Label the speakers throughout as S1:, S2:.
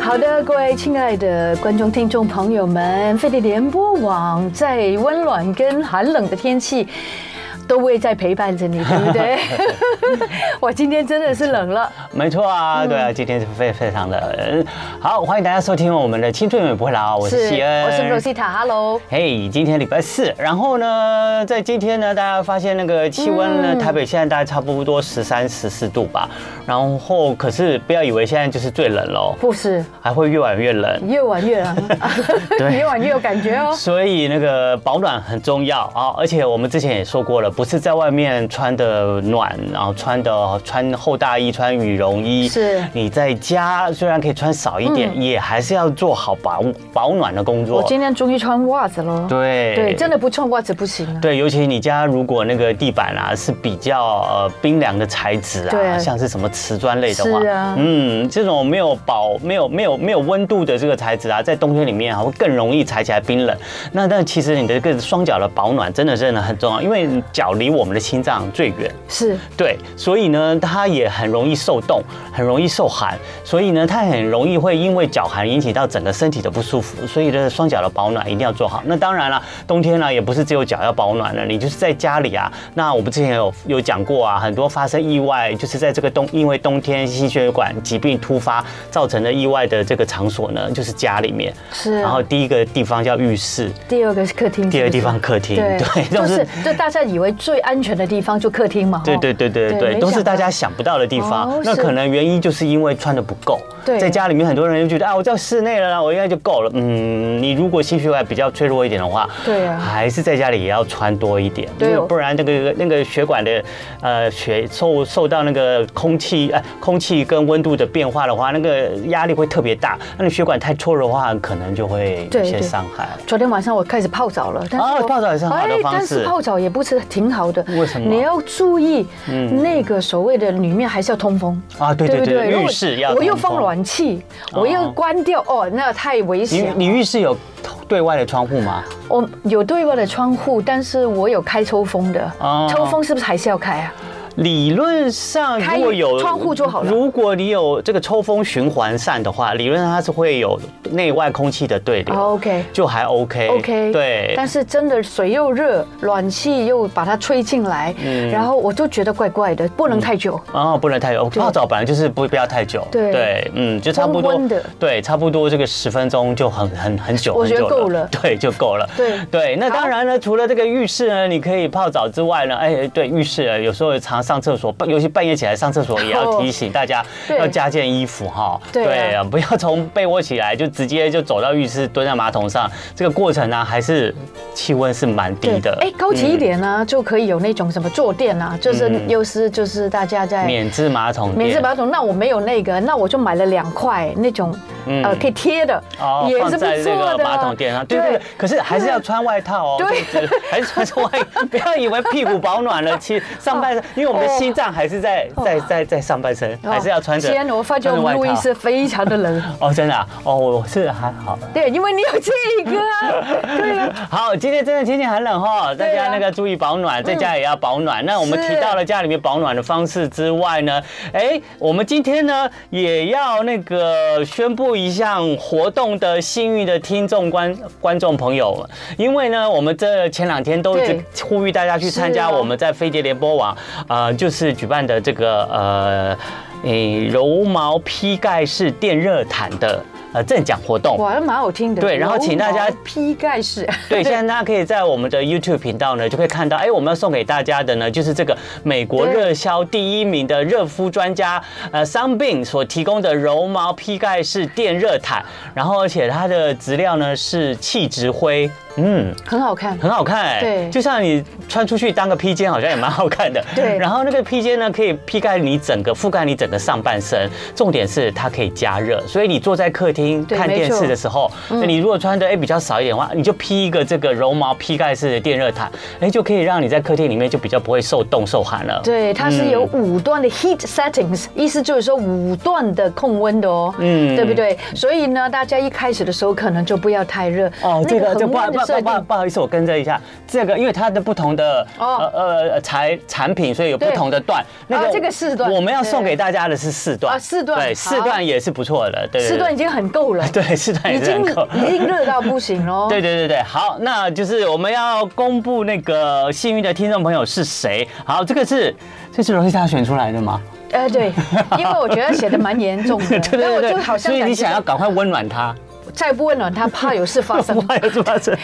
S1: 好的，各位亲爱的观众、听众朋友们，飞碟联播网在温暖跟寒冷的天气。都会在陪伴着你，对不对？ 我今天真的是冷了。
S2: 没错啊，对啊，今天是非非常的呃好，欢迎大家收听我们的《青春永远不会老》，我是西恩，
S1: 我是 Rosita，Hello。
S2: 嘿，今天礼拜四，然后呢，在今天呢，大家发现那个气温呢，台北现在大概差不多十三、十四度吧。然后可是不要以为现在就是最冷喽，
S1: 不哦是，
S2: 还会越晚越冷，
S1: 越晚越冷，
S2: 对
S1: 越晚越有感觉哦。
S2: 所以那个保暖很重要啊。而且我们之前也说过了，不是在外面穿的暖，然后穿的穿厚大衣、穿羽绒衣，
S1: 是嗯
S2: 你在家虽然可以穿少一点，也还是要做好保保暖的工
S1: 我
S2: 作。
S1: 今天终于穿袜子了。
S2: 对
S1: 对，真的不穿袜子不行啊。
S2: 对，尤其你家如果那个地板啊是比较呃冰凉的材质
S1: 对
S2: 啊，像是什么瓷砖类的话，
S1: 是啊
S2: 嗯，这种没有保、没有、没有、没有温度的这个材质啊，在冬天里面啊会更容易踩起来冰冷。那但其实你的这个双脚的保暖真的真的很重要，因为脚离我们的心脏最远。
S1: 是，
S2: 对，所以呢，它也很容易受冻，很容易受寒，所以呢，它很容易会因为脚寒引起到整个身体的不舒服，所以呢，双脚的保暖一定要做好。啊那当然了，冬天呢、也不是只有脚要保暖了，你就是在家里啊，那我们之前有有讲过啊，很多发生意外就是在这个冬，因为冬天心血管疾病突发造成的意外的这个场所呢，就是家里面。
S1: 是
S2: 然后第一个地方叫浴室，
S1: 第二个是客厅，
S2: 第二个地方
S1: 是不是
S2: 客厅对
S1: 就
S2: 都是
S1: 是就大家以为最安全的地方就客厅嘛。
S2: 对
S1: 哦
S2: 对对对
S1: 对
S2: 对，
S1: 没
S2: 都是
S1: 想
S2: 大
S1: 到
S2: 家想不到的地
S1: 哦
S2: 方。那
S1: 是
S2: 可能原因就是因为穿的不够。
S1: 对
S2: 在家里面很多人就觉得啊，我在室内了啦，我应该就够了。嗯，你如果心血管比较脆弱一点的话，
S1: 对啊
S2: 还是在家里也要穿多一点，
S1: 对
S2: 因为
S1: 哦
S2: 不然那个那个血管的呃血受受到那个空气呃空气跟温度的变化的话，那个压力会特别大。那你血管太脆弱的话，可能就会有
S1: 对
S2: 些
S1: 对
S2: 伤害。
S1: 昨天晚上我开始泡澡了，但
S2: 哦
S1: 我
S2: 泡澡也是很好的
S1: 哎
S2: 方
S1: 但是
S2: 式
S1: 泡澡也不是挺好的，
S2: 为什么嗯
S1: 你要注意，那个所谓的里面还是要通风
S2: 啊对对
S1: 不
S2: 对
S1: 如果
S2: 浴室要
S1: 我又
S2: 通风
S1: 放暖气，
S2: 哦
S1: 我又关掉，哦，那太危
S2: 你
S1: 险。
S2: 你浴室有对外的窗户吗？
S1: 我有对外的窗户，但是我有开抽风的
S2: 哦，
S1: 抽风是不是还是要开啊？
S2: 理论上，
S1: 开
S2: 如果有
S1: 窗户就好了
S2: 如果你有这个抽风循环扇的话，理论上它是会有内外空气的对流。
S1: 哦，OK
S2: 就还 OK。
S1: OK，
S2: 哎对。
S1: 但是真的水又热，暖气又把它吹进来，然后我就觉得怪怪的，不能太久。
S2: 哦，不能太久，泡澡本来就是不不要太久。
S1: 对
S2: 嗯，就差不多。
S1: 温温的
S2: 对，差不多这个十分钟就很很很久，
S1: 我
S2: 很久
S1: 觉得够了
S2: 对，就够了。
S1: 对
S2: 对，那
S1: 好
S2: 当然呢，除了这个浴室呢，你可以泡澡之外呢，哎，对，浴室呃有时候常上厕所，半尤其半夜起来上厕所，也要
S1: 哦
S2: 提醒大家
S1: 对
S2: 要加件衣服哈。
S1: 对啊
S2: 啊，不要从被窝起来就直接就走到浴室蹲在马桶上，这个过程呢还是气温是蛮低的。嗯
S1: 哎，高级一点呢、就可以有那种什么坐垫啊，就是又是就是大家在
S2: 免治马桶垫，
S1: 免治马桶，那我没有那个，那我就买了两块那种，呃，可以贴的，
S2: 嗯哦，放在那个马桶垫上，啊对对对，可是还是要穿外套哦，
S1: 对
S2: 就是 还是 穿外，不要以为屁股保暖了，其实上半身，
S1: 哦
S2: 因为我们的心脏还是在在在在上半身，还是要穿着
S1: 今哦天我发觉我们
S2: 穿着
S1: 录
S2: 外
S1: 音
S2: 套
S1: 室非常的冷，
S2: 哦，真的啊哦，我是还好。
S1: 对，因为你有这个啊，对啊，
S2: 好，今天真的天气很冷哈，大
S1: 对啊嗯
S2: 家那个注意保暖，在家也要保暖。那我们
S1: 是
S2: 提到了家里面保暖的方式之外呢，哎，我们今天呢也要那个宣布一项活动的幸运的听众观观众朋友，因为呢我们这前两天都一直呼吁大家去参加
S1: 是啊
S2: 我们在飞碟联播网呃就是举办的这个呃。诶，柔毛披盖式电热毯的呃赠奖活动，
S1: 哇，那蛮好听的。
S2: 对然后请大家
S1: 柔毛披盖式，
S2: 对，现在大家可以在我们的 YouTube 频道呢，就可以看到，哎，我们要送给大家的呢，就是这个美国
S1: 对
S2: 热销第一名的热敷专家呃桑病所提供的柔毛披盖式电热毯，然后而且它的质料呢是气质灰，嗯，
S1: 很好看。
S2: 很好看哎、
S1: 对
S2: 就像你穿出去当个披肩，好像也蛮好看的。
S1: 对
S2: 然后那个披肩呢，可以披盖你整个覆盖你整个上半身，重点是它可以加热，所以你坐在客厅
S1: 对
S2: 看
S1: 没
S2: 电
S1: 错嗯
S2: 视的时候，那你如果穿的哎比较少一点的话，你就披一个这个绒毛披盖式的电热毯，哎就可以让你在客厅里面就比较不会受冻受寒了。
S1: 对，它是有
S2: 嗯
S1: 五段的 heat settings，、意思就是说五段的控温的哦，嗯，对不对？所以呢，大家一开始的时候可能就不要太热
S2: 哦，这个这不
S1: 恒温
S2: 不
S1: 的设
S2: 不不
S1: 定
S2: 不好意思，我更正一下，这个因为它的不同的
S1: 哦
S2: 呃呃材产品，所以有不
S1: 对
S2: 同的段。
S1: 啊这个四段
S2: 我们要
S1: 对
S2: 送给大家的是四段
S1: 啊四段
S2: 对，
S1: 好
S2: 四段也是不错的，对对对
S1: 四段已经很够了，
S2: 对四段
S1: 已
S2: 也是
S1: 经
S2: 很够。
S1: 已经热到不行喽。
S2: 对对对对，好，那就是我们要公布那个幸运的听众朋友是谁。好，这个是这是罗西塔选出来的吗？
S1: 哎，对，因为我觉得写的蛮严重 的，然后我就好像
S2: 所以
S1: 感
S2: 你
S1: 觉
S2: 想要赶快温暖他，
S1: 再不温暖他，怕有事发 生。
S2: 哇有这 发生。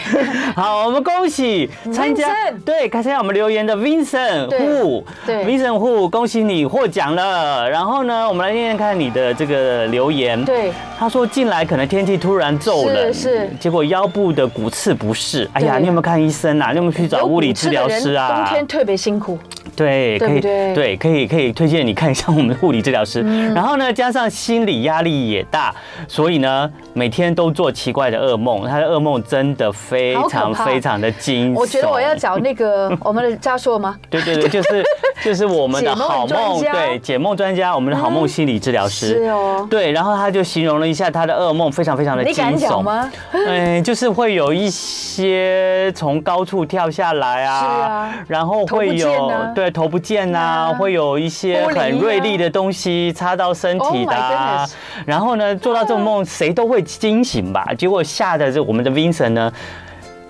S2: 好，我们恭喜参加
S1: Vincent
S2: 对参加我们留言的 Vincent
S1: 对
S2: Hu，
S1: 对
S2: Vincent Hu，恭喜你获奖了。然后呢，我们来念念看你的这个留言。
S1: 对，
S2: 他说进来可能天气突然骤
S1: 是
S2: 冷，
S1: 是
S2: 结果腰部的骨刺不适。哎呀，
S1: 对
S2: 你有没有看医生啊？你有没有去找物理治疗师
S1: 有骨
S2: 啊
S1: 刺的人？冬天特别辛苦，
S2: 对，
S1: 对
S2: 可以，
S1: 不对嗯
S2: 对，可以，可以推荐你看一下我们的物理治疗师。 然后呢，加上心理压力也大，所以呢，每天都做奇怪的噩梦。他的噩梦真的非
S1: 好可
S2: 常
S1: 怕
S2: 非常的惊悚。
S1: 我觉得我要 找那个我们的家硕吗？
S2: 对对对，就是就是我们的
S1: 解梦
S2: 好梦，
S1: 专家嗯
S2: 对解梦专家，我们的好梦心理治疗师。
S1: 是哦
S2: 对，然后他就形容了一下他的噩梦，非常非常的
S1: 你
S2: 惊
S1: 敢
S2: 悚
S1: 讲？吗？
S2: 嗯，就是会有一些从高处跳下来啊，
S1: 是啊
S2: 然后会
S1: 头不
S2: 有
S1: 见啊
S2: 对头不见呐、
S1: 啊
S2: 会有一些
S1: 玻璃啊
S2: 很锐利的东西插到身体的、
S1: Oh my
S2: 啊
S1: goodness
S2: 然后呢，做到这种梦谁都会惊醒吧？结果吓得这我们的 Vincent 呢，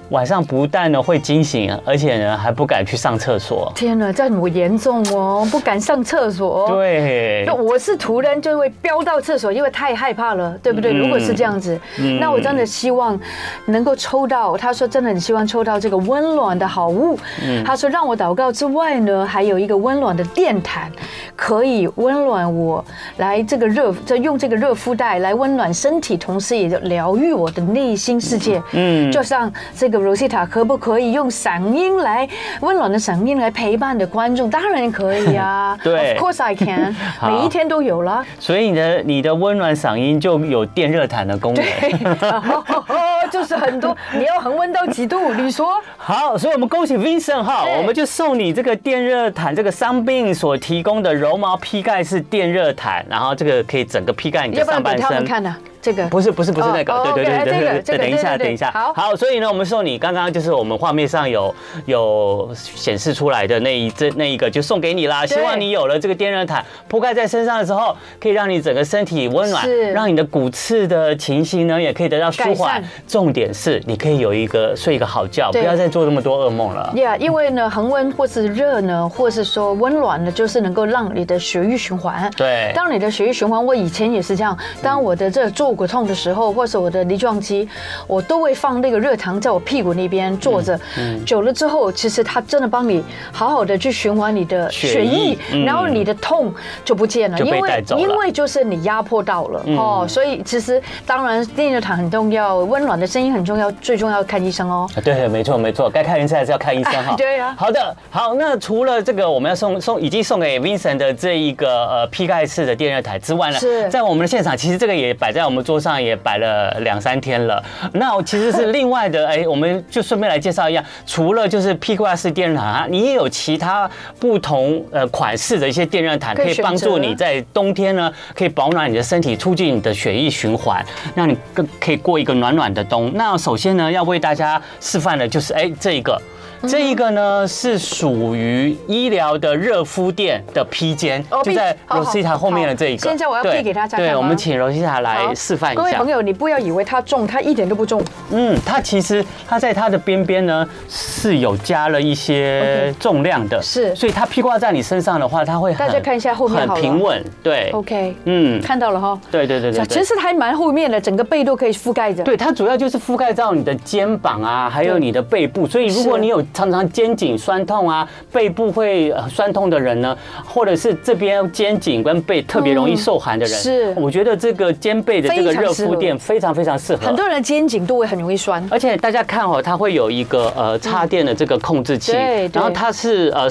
S2: 晚上不但呢会惊醒，而且呢还不敢去上 厕所。
S1: 天哪，这很严重哦，不敢上厕所。。
S2: 对
S1: 那，我是突然就会飙到厕所，因为太害怕了，对不对？
S2: 嗯。
S1: 如果是这样子，那我真的希望能够抽到。他说真的很希望抽到这个温暖的好物。他说让我祷告之外呢，还有一个温暖的电毯，可以温暖我，来这个热，就用这个热敷袋来温暖身体，同时也疗愈我的内心世界。嗯，就像这个 Rosita 可不可以用嗓音来温暖的嗓音来陪伴的观众？当然可以啊
S2: 对
S1: Of course I can，
S2: 好
S1: 每一天都有 了。
S2: 所以你的你的温暖嗓音就有电热毯的功能。
S1: 哦，就是很多，你要恒温到几度？你说
S2: 好，所以我们恭喜 Vincent 哈，
S1: 对
S2: 我们就送你这个电热毯，这个伤病所提供的柔毛披盖式电热毯，然后这个可以整个披盖你
S1: 要
S2: 的
S1: 不然
S2: 上
S1: 给
S2: 半
S1: 他们
S2: 身。
S1: 看呢？这个
S2: 不是不是不是
S1: 哦
S2: 那
S1: 哦
S2: 个，对对对
S1: ，OK，
S2: 对
S1: 这个
S2: 对
S1: 这
S2: 对，
S1: 个
S2: 等一
S1: 对对
S2: 下
S1: 对
S2: 等一下，
S1: 好
S2: 好，所以呢，我们送你刚刚就是我们画面上有有显示出来的那一这那一个就送给你啦，
S1: 对
S2: 希望你有了这个电热毯铺盖在身上的时候，可以让你整个身体温暖
S1: 是，
S2: 让你的骨刺的情形呢也可以得到舒
S1: 改
S2: 缓
S1: 善。
S2: 重点是你可以有一个睡一个好觉，不
S1: 对
S2: 要再做那么多噩梦了。
S1: ，Yeah，因为呢，恒温或是热呢，或是说温暖呢，就是能够让你的血液循环。
S2: 对
S1: 当你的血液循环，我以前也是这样，当我的这坐骨痛的时候，或是我的梨状肌，我都会放那个热糖在我屁股那边坐着，
S2: 嗯
S1: 久了之后，其实它真的帮你好好的去循环你的
S2: 血
S1: 血
S2: 液
S1: 液，
S2: 嗯
S1: 然后你的痛就不见了，
S2: 就被
S1: 因
S2: 带
S1: 为
S2: 走了嗯
S1: 因为就是你压迫到了哦，所以其实当然电热毯很重要，温暖的声音很重要，最重要看医生哦。
S2: 啊 对，没错没错，该看医生还是要看医生哈。
S1: 对啊
S2: 好的，好，那除了这个我们要送送已经送给 Vincent 的这一个呃披盖式的电热毯之外呢
S1: 是，
S2: 在我们的现场，其实这个也摆在我们桌上也摆了两三天了。那其实是另外的， 哎，我们就顺便来介绍一下，除了就是披盖式电热毯啊，你也有其他不同呃款式的一些电热毯，
S1: 可
S2: 可
S1: 以
S2: 以
S1: 选
S2: 帮助
S1: 择
S2: 你在冬天呢，可以保暖你的身体，促进你的血液循环，让你更可以过一个暖暖的冬。那首先呢，要为大家示范的就是，哎，这一个，
S1: 嗯
S2: 这一个呢是属于医疗的热敷垫的披肩
S1: 哦，
S2: 就在
S1: 披好好
S2: Rosita 后面的这一个。
S1: 好现在我要
S2: 对
S1: 配给大家看
S2: 对，
S1: 吗
S2: 我们请 Rosita 来
S1: 好
S2: 示范一
S1: 各位
S2: 下
S1: 朋。友，你不要以为它重，它一点都不重。
S2: 嗯，它其实它在它的边边呢是有加了一些
S1: OK
S2: 重量的，
S1: 是
S2: 所以它披挂在你身上的话，它会很
S1: 大家看一下后面
S2: 很
S1: 好了
S2: 平稳，对
S1: OK，
S2: 嗯，
S1: 看到了哈。啊
S2: 对对对对，对
S1: 其实还蛮后面的，整个背都可以覆盖着。
S2: 对，它主要就是覆盖到你的肩膀啊，还有
S1: 对
S2: 你的背部。所以如果
S1: 是
S2: 你有常常肩颈酸痛啊，背部会呃酸痛的人呢，或者是这边肩颈跟背特别容易受寒的人，
S1: 嗯是
S2: 我觉得这个肩背的这个
S1: 非常
S2: 热
S1: 适
S2: 敷
S1: 合
S2: 垫非常非常适合
S1: 很。多人的肩颈都会很容易酸。
S2: 而且大家看哦，它会有一个呃插电的这个控制器
S1: 嗯对，对
S2: 然后它是呃。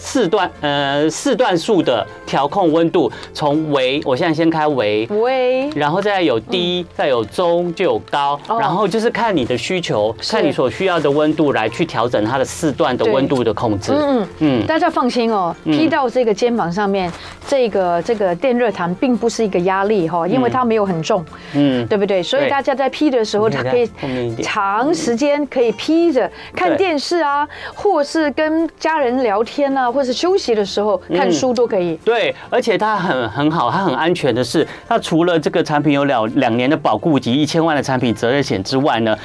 S2: 四段呃四段数的调控温度，从微，我现在先开微，
S1: 喂，
S2: 然后再有低，再有中，就有高，
S1: 嗯哦
S2: 然后就是看你的需求，看你所需要的温度来去调整它的四段的
S1: 对
S2: 温度的控制。
S1: 嗯嗯。
S2: 嗯，
S1: 大家放心哦，
S2: 嗯
S1: 披到这个肩膀上面，这个这个电热毯并不是一个压力哈，因为它没有很重，
S2: 嗯，
S1: 对不对？所以
S2: 对
S1: 大家在披的时候，
S2: 你
S1: 它
S2: 看
S1: 可以
S2: 后面一点嗯
S1: 长时间可以披着看
S2: 对
S1: 电视啊，或是跟家人聊天啊，或是休息的时候
S2: 嗯
S1: 看书都可以。
S2: 对，而且它很很好，它很安全的是，它除了这个产品有两两年的保固及一千万的产品责任险之外呢，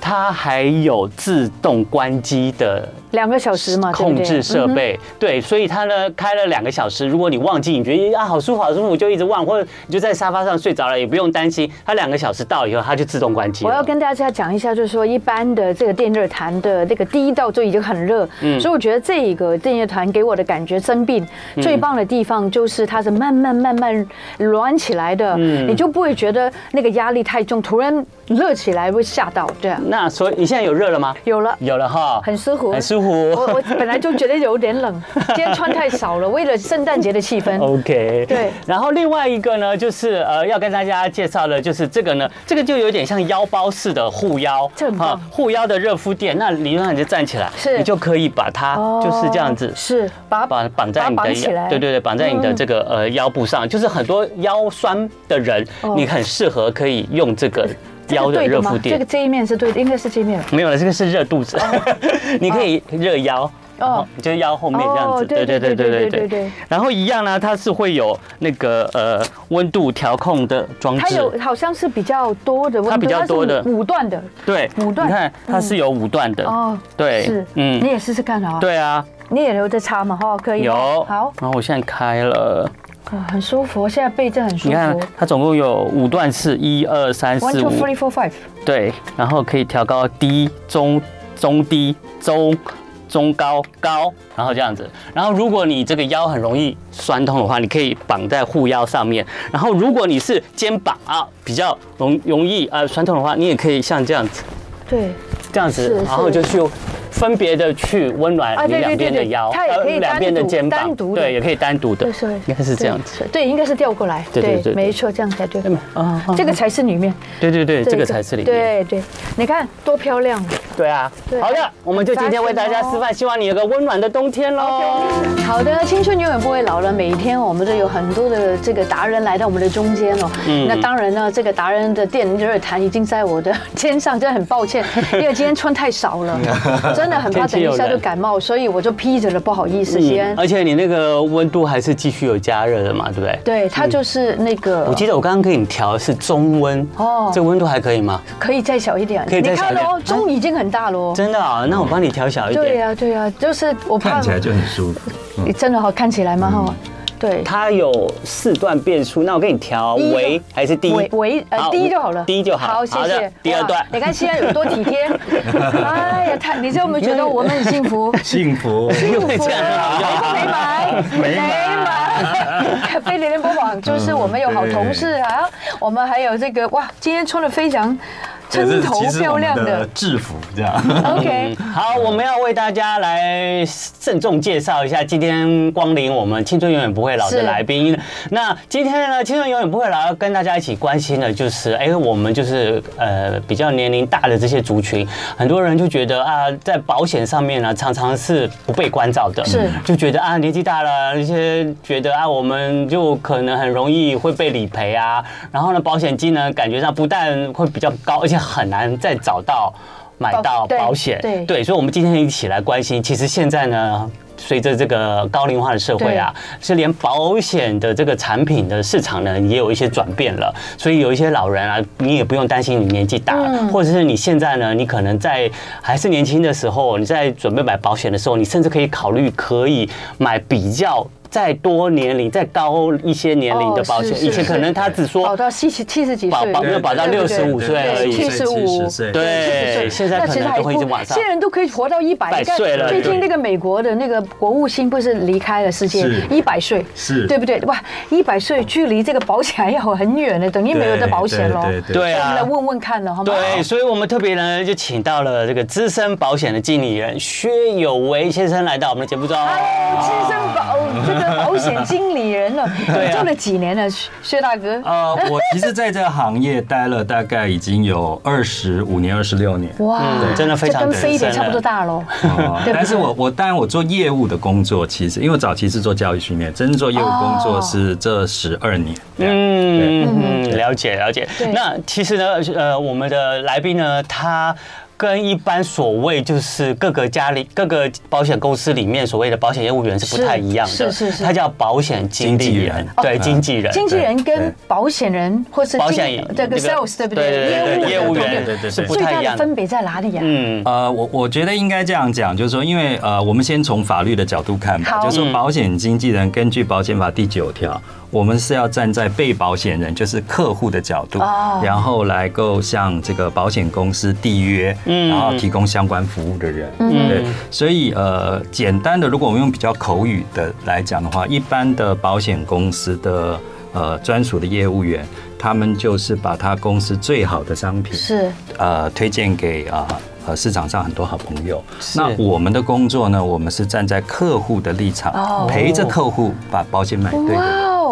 S2: 它还有自动关机的
S1: 两个小时嘛，对不
S2: 控
S1: 对
S2: 制设
S1: 嗯
S2: 备，对，所以它呢开了两个小时，如果你忘记，你觉得啊好舒服好舒服，就一直忘，或者你就在沙发上睡着了，也不用担心，它两个小时到以后它就自动关机
S1: 我要
S2: 了。
S1: 跟大家讲一下，就是说一般的这个电热毯的那个第一道就已经很热，
S2: 嗯
S1: 所以我觉得这个电热毯给我的感觉生病
S2: 嗯
S1: 最棒的地方就是它是慢慢慢慢暖起来的，
S2: 嗯
S1: 你就不会觉得那个压力太重，突然热起来会吓到。对啊，
S2: 那所以你现在有热了吗？
S1: 有了。
S2: 有了哈，
S1: 很舒服，
S2: 嗯很舒
S1: 我
S2: 服。
S1: 我本来就觉得有点 冷，今天穿太少了，为了圣诞节的气氛。
S2: OK，
S1: 对
S2: 然后另外一个呢，就是呃，要跟大家介绍的，就是这个呢，这个就有点像腰包式的护腰，
S1: 这很棒
S2: 啊护腰的热敷垫。那理论上你就站起来，
S1: 是
S2: 你就可以把它
S1: 哦
S2: 就是这样子
S1: 是把
S2: 绑绑在你
S1: 把它绑
S2: 的
S1: 起来嗯
S2: 腰，对对对，绑在你的这个呃腰部上，就是很多腰酸的人
S1: 哦，
S2: 你很适合可以用这个
S1: 这
S2: 腰
S1: 个
S2: 的
S1: 对
S2: 热
S1: 的吗
S2: 敷？
S1: 这哦个
S2: 垫。
S1: 这一面是对的，应该是这一面吧。
S2: 没有了，这个是热肚子， 你可以热腰。哦，就是腰后面这样
S1: 哦
S2: 子，
S1: 对对对对对对
S2: 然后一样呢，啊它是会有那个呃温度调控的装
S1: 它
S2: 置，
S1: 有好像是比较多的温度，
S2: 嗯它比较
S1: 是
S2: 多的
S1: 五五段的
S2: 对，
S1: 五段
S2: 你看它是有五段的，
S1: 哦，
S2: 对嗯
S1: 是，，你，也试试看好啊，，
S2: 对啊，
S1: 你也留着擦嘛，哈，可以
S2: 有
S1: 吗，好，
S2: 然后我现在开了，
S1: 哇很舒服，现在背正很舒
S2: 你看
S1: 服。
S2: 它总共有五段式，一二三
S1: One
S2: 四
S1: two
S2: 五，
S1: three four five，
S2: 对，然后可以调高低、中、中低、中、中高、高，然后这样子。然后如果你这个腰很容易酸痛的话，你可以绑在护腰上面。然后如果你是肩膀啊比较容容易呃酸痛的话，你也可以像这样子，
S1: 对，
S2: 这样
S1: 是
S2: 子，
S1: 是
S2: 然后就去。分别的去温暖
S1: 啊
S2: 你
S1: 对对
S2: 两边的
S1: 对对
S2: 腰，
S1: 它也可以
S2: 呃两边的
S1: 单独
S2: 肩膀
S1: 单，独的
S2: 对，也可以单独的，
S1: 就是
S2: 应该是这样子。，
S1: 对对，应该是调过来，
S2: 对对对对
S1: 没错，这样才对。
S2: 啊，啊
S1: 这个才是里面，
S2: 对对对，这个才是里面。
S1: 对对，你看多漂亮。
S2: 对啊
S1: 对，
S2: 好的，我们就今天为大家
S1: 很
S2: 示范，希望你有个温暖的冬天喽。
S1: 哦好的，青春永远不会老了。每一天我们都有很多的这个达人来到我们的中间哦。
S2: 嗯
S1: 那当然呢，这个达人的电热毯已经在我的 肩上，真的很抱歉，因为今天穿太少 了，真的很怕
S2: 天气
S1: 等一
S2: 又
S1: 下就
S2: 冷
S1: 感冒，所以我就披着了，不好意思，西安
S2: 嗯，。而且你那个温度还是继续有加热的嘛，对不对？。
S1: 对，它就是那个
S2: 嗯我，记得我刚刚给你调的是中温
S1: 哦
S2: 哦，这个温度还可以吗？
S1: 可以再小一点。
S2: 可以再小一
S1: 你看
S2: 点
S1: 哦，钟哦已经很大了哦。
S2: 真的啊，那我帮你调小一
S1: 对
S2: 点。
S1: 呀、对呀、就是我怕
S3: 看起来就很舒服。
S1: 你真的好看起来
S2: 嗯
S1: 蛮好。对，
S2: 它有四段变数，那我给你调
S1: 低的
S2: 微还是低？
S1: 围围呃
S2: 好
S1: 低就好了，
S2: 低就好。
S1: 好，谢
S2: 的
S1: 谢。
S2: 第二
S1: 哇
S2: 段，
S1: 你看西安有多体 贴。哎呀，他，你知道我们觉得我们很幸福。
S3: 幸 福，
S1: 幸福，
S2: 因为 这样很好用
S1: 还是没买，没买。 飞碟联播网就是我们有好同事啊，我们还有这个哇，今天穿的非常
S3: 这
S1: 抻
S3: 是
S1: 头
S3: 其实
S1: 漂
S3: 我们
S1: 亮的
S3: 的。制服这样。
S1: OK，
S2: 好，我们要为大家来郑重介绍一下今天光临我们《青春永远不会老》的
S1: 是
S2: 来宾。那今天呢，《青春永远不会老》要跟大家一起关心的就是，哎、我们就是呃比较年龄大的这些族群，很多人就觉得啊，在保险上面呢，常常是不被关照的，
S1: 是
S2: 就觉得啊年纪大了，一些觉得啊我们就可能很容易会被理赔啊，然后呢，保险金呢感觉上不但会比较高，而且很难再找到。买
S1: 保
S2: 到
S1: 对
S2: 保险，
S1: 对
S2: 对，所以，我们今天一起来关心，其实现在呢。随着这个高龄化的社会啊，是连保险的这个产品的市场呢也有一些转变了，所以有一些老人啊，你也不用担心你年纪大了，
S1: 嗯
S2: 或者是你现在呢，你可能在还是年轻的时候，你在准备买保险的时候，你甚至可以考虑可以买比较再多年龄、再高一些年龄的
S1: 哦
S2: 保险，
S1: 是
S2: 以前
S1: 是
S2: 可能他只说
S1: 保到七十七十几
S2: 保
S1: 岁，
S2: 保没有保到
S1: 对对
S2: 65岁而已
S1: 七十五
S3: 70岁
S2: 对， 现在
S1: 哎那
S2: 可
S1: 其实
S2: 能
S1: 还
S2: 都会一直
S1: 不
S2: 往上
S1: 现。在人都可以活到一百
S2: 百岁了
S1: 最近
S2: 对
S1: 那个美国的那个国务卿不是离开了世界
S3: 是，
S1: 一百岁，
S3: 是
S1: 对不对？哇，一百岁距离这个保险还有很远呢，等于没有的保险喽。
S3: 对对
S2: 对
S1: 我们
S2: 啊
S1: 来，问问看了，好吗？
S2: 对，所以我们特别呢就请到了这个资深保险的经理人薛有为先生来到我们的节目中。嗯
S1: 哎，资深保这个保险经理人了，
S2: 对啊嗯
S1: 做了几年了，薛薛大哥。
S3: 呃，我其实在这个行业待了大概已经有二十五年、二十六年，
S1: 哇
S2: 嗯真的非
S1: 这
S2: 常
S1: 跟
S2: 资
S1: 非
S2: 深
S1: 典差不
S2: 了
S1: 多大喽。
S3: 哦
S1: 对不对
S3: 但是我我当然我做业务的工作，其实因为我早期是做教育训练，真正做业务工作
S1: 哦
S3: 是这十二年。嗯，
S2: 嗯，嗯了解了解
S1: 对。
S2: 那其实呢，呃，我们的来宾呢，他。跟一般所谓就是各个家里、各个保险公司里面所谓的保险业务员是不
S1: 是
S2: 太一样的，
S1: 是是是
S2: 他叫保险经
S3: 经纪
S2: 理
S3: 人
S2: 人，对，经纪人，
S1: 经纪人
S3: 对
S1: 跟保险人或是
S2: 保
S1: 经
S2: 险
S1: 这个 sales 对不对？
S2: 对对
S1: 业
S2: 对，业
S1: 务
S2: 务
S1: 员
S3: 对对对
S2: 员是不
S1: 最
S2: 太
S1: 大的
S2: 一样
S1: 分别在哪里呀？
S2: 嗯，
S3: 呃，我我觉得应该这样讲，就是说，因为呃，我们先从法律的角度看吧，
S1: 好嗯
S3: 就是说，保险经纪人根据保险法第九条，我们是要站在被保险人，就是客户的角度，
S1: 哦
S3: 然后来够向这个保险公司缔约，
S2: 嗯
S3: 然后提供相关服务的人，
S1: 嗯
S3: 对，所以呃，简单的，如果我们用比较口语的来讲的话，一般的保险公司的呃专属的业务员，他们就是把他公司最好的商品
S1: 是
S3: 呃推荐给啊呃市场上很多好朋友。那我们的工作呢，我们是站在客户的立场，
S1: 哦
S3: 陪着客户把保险买对
S1: 哇
S3: 的人。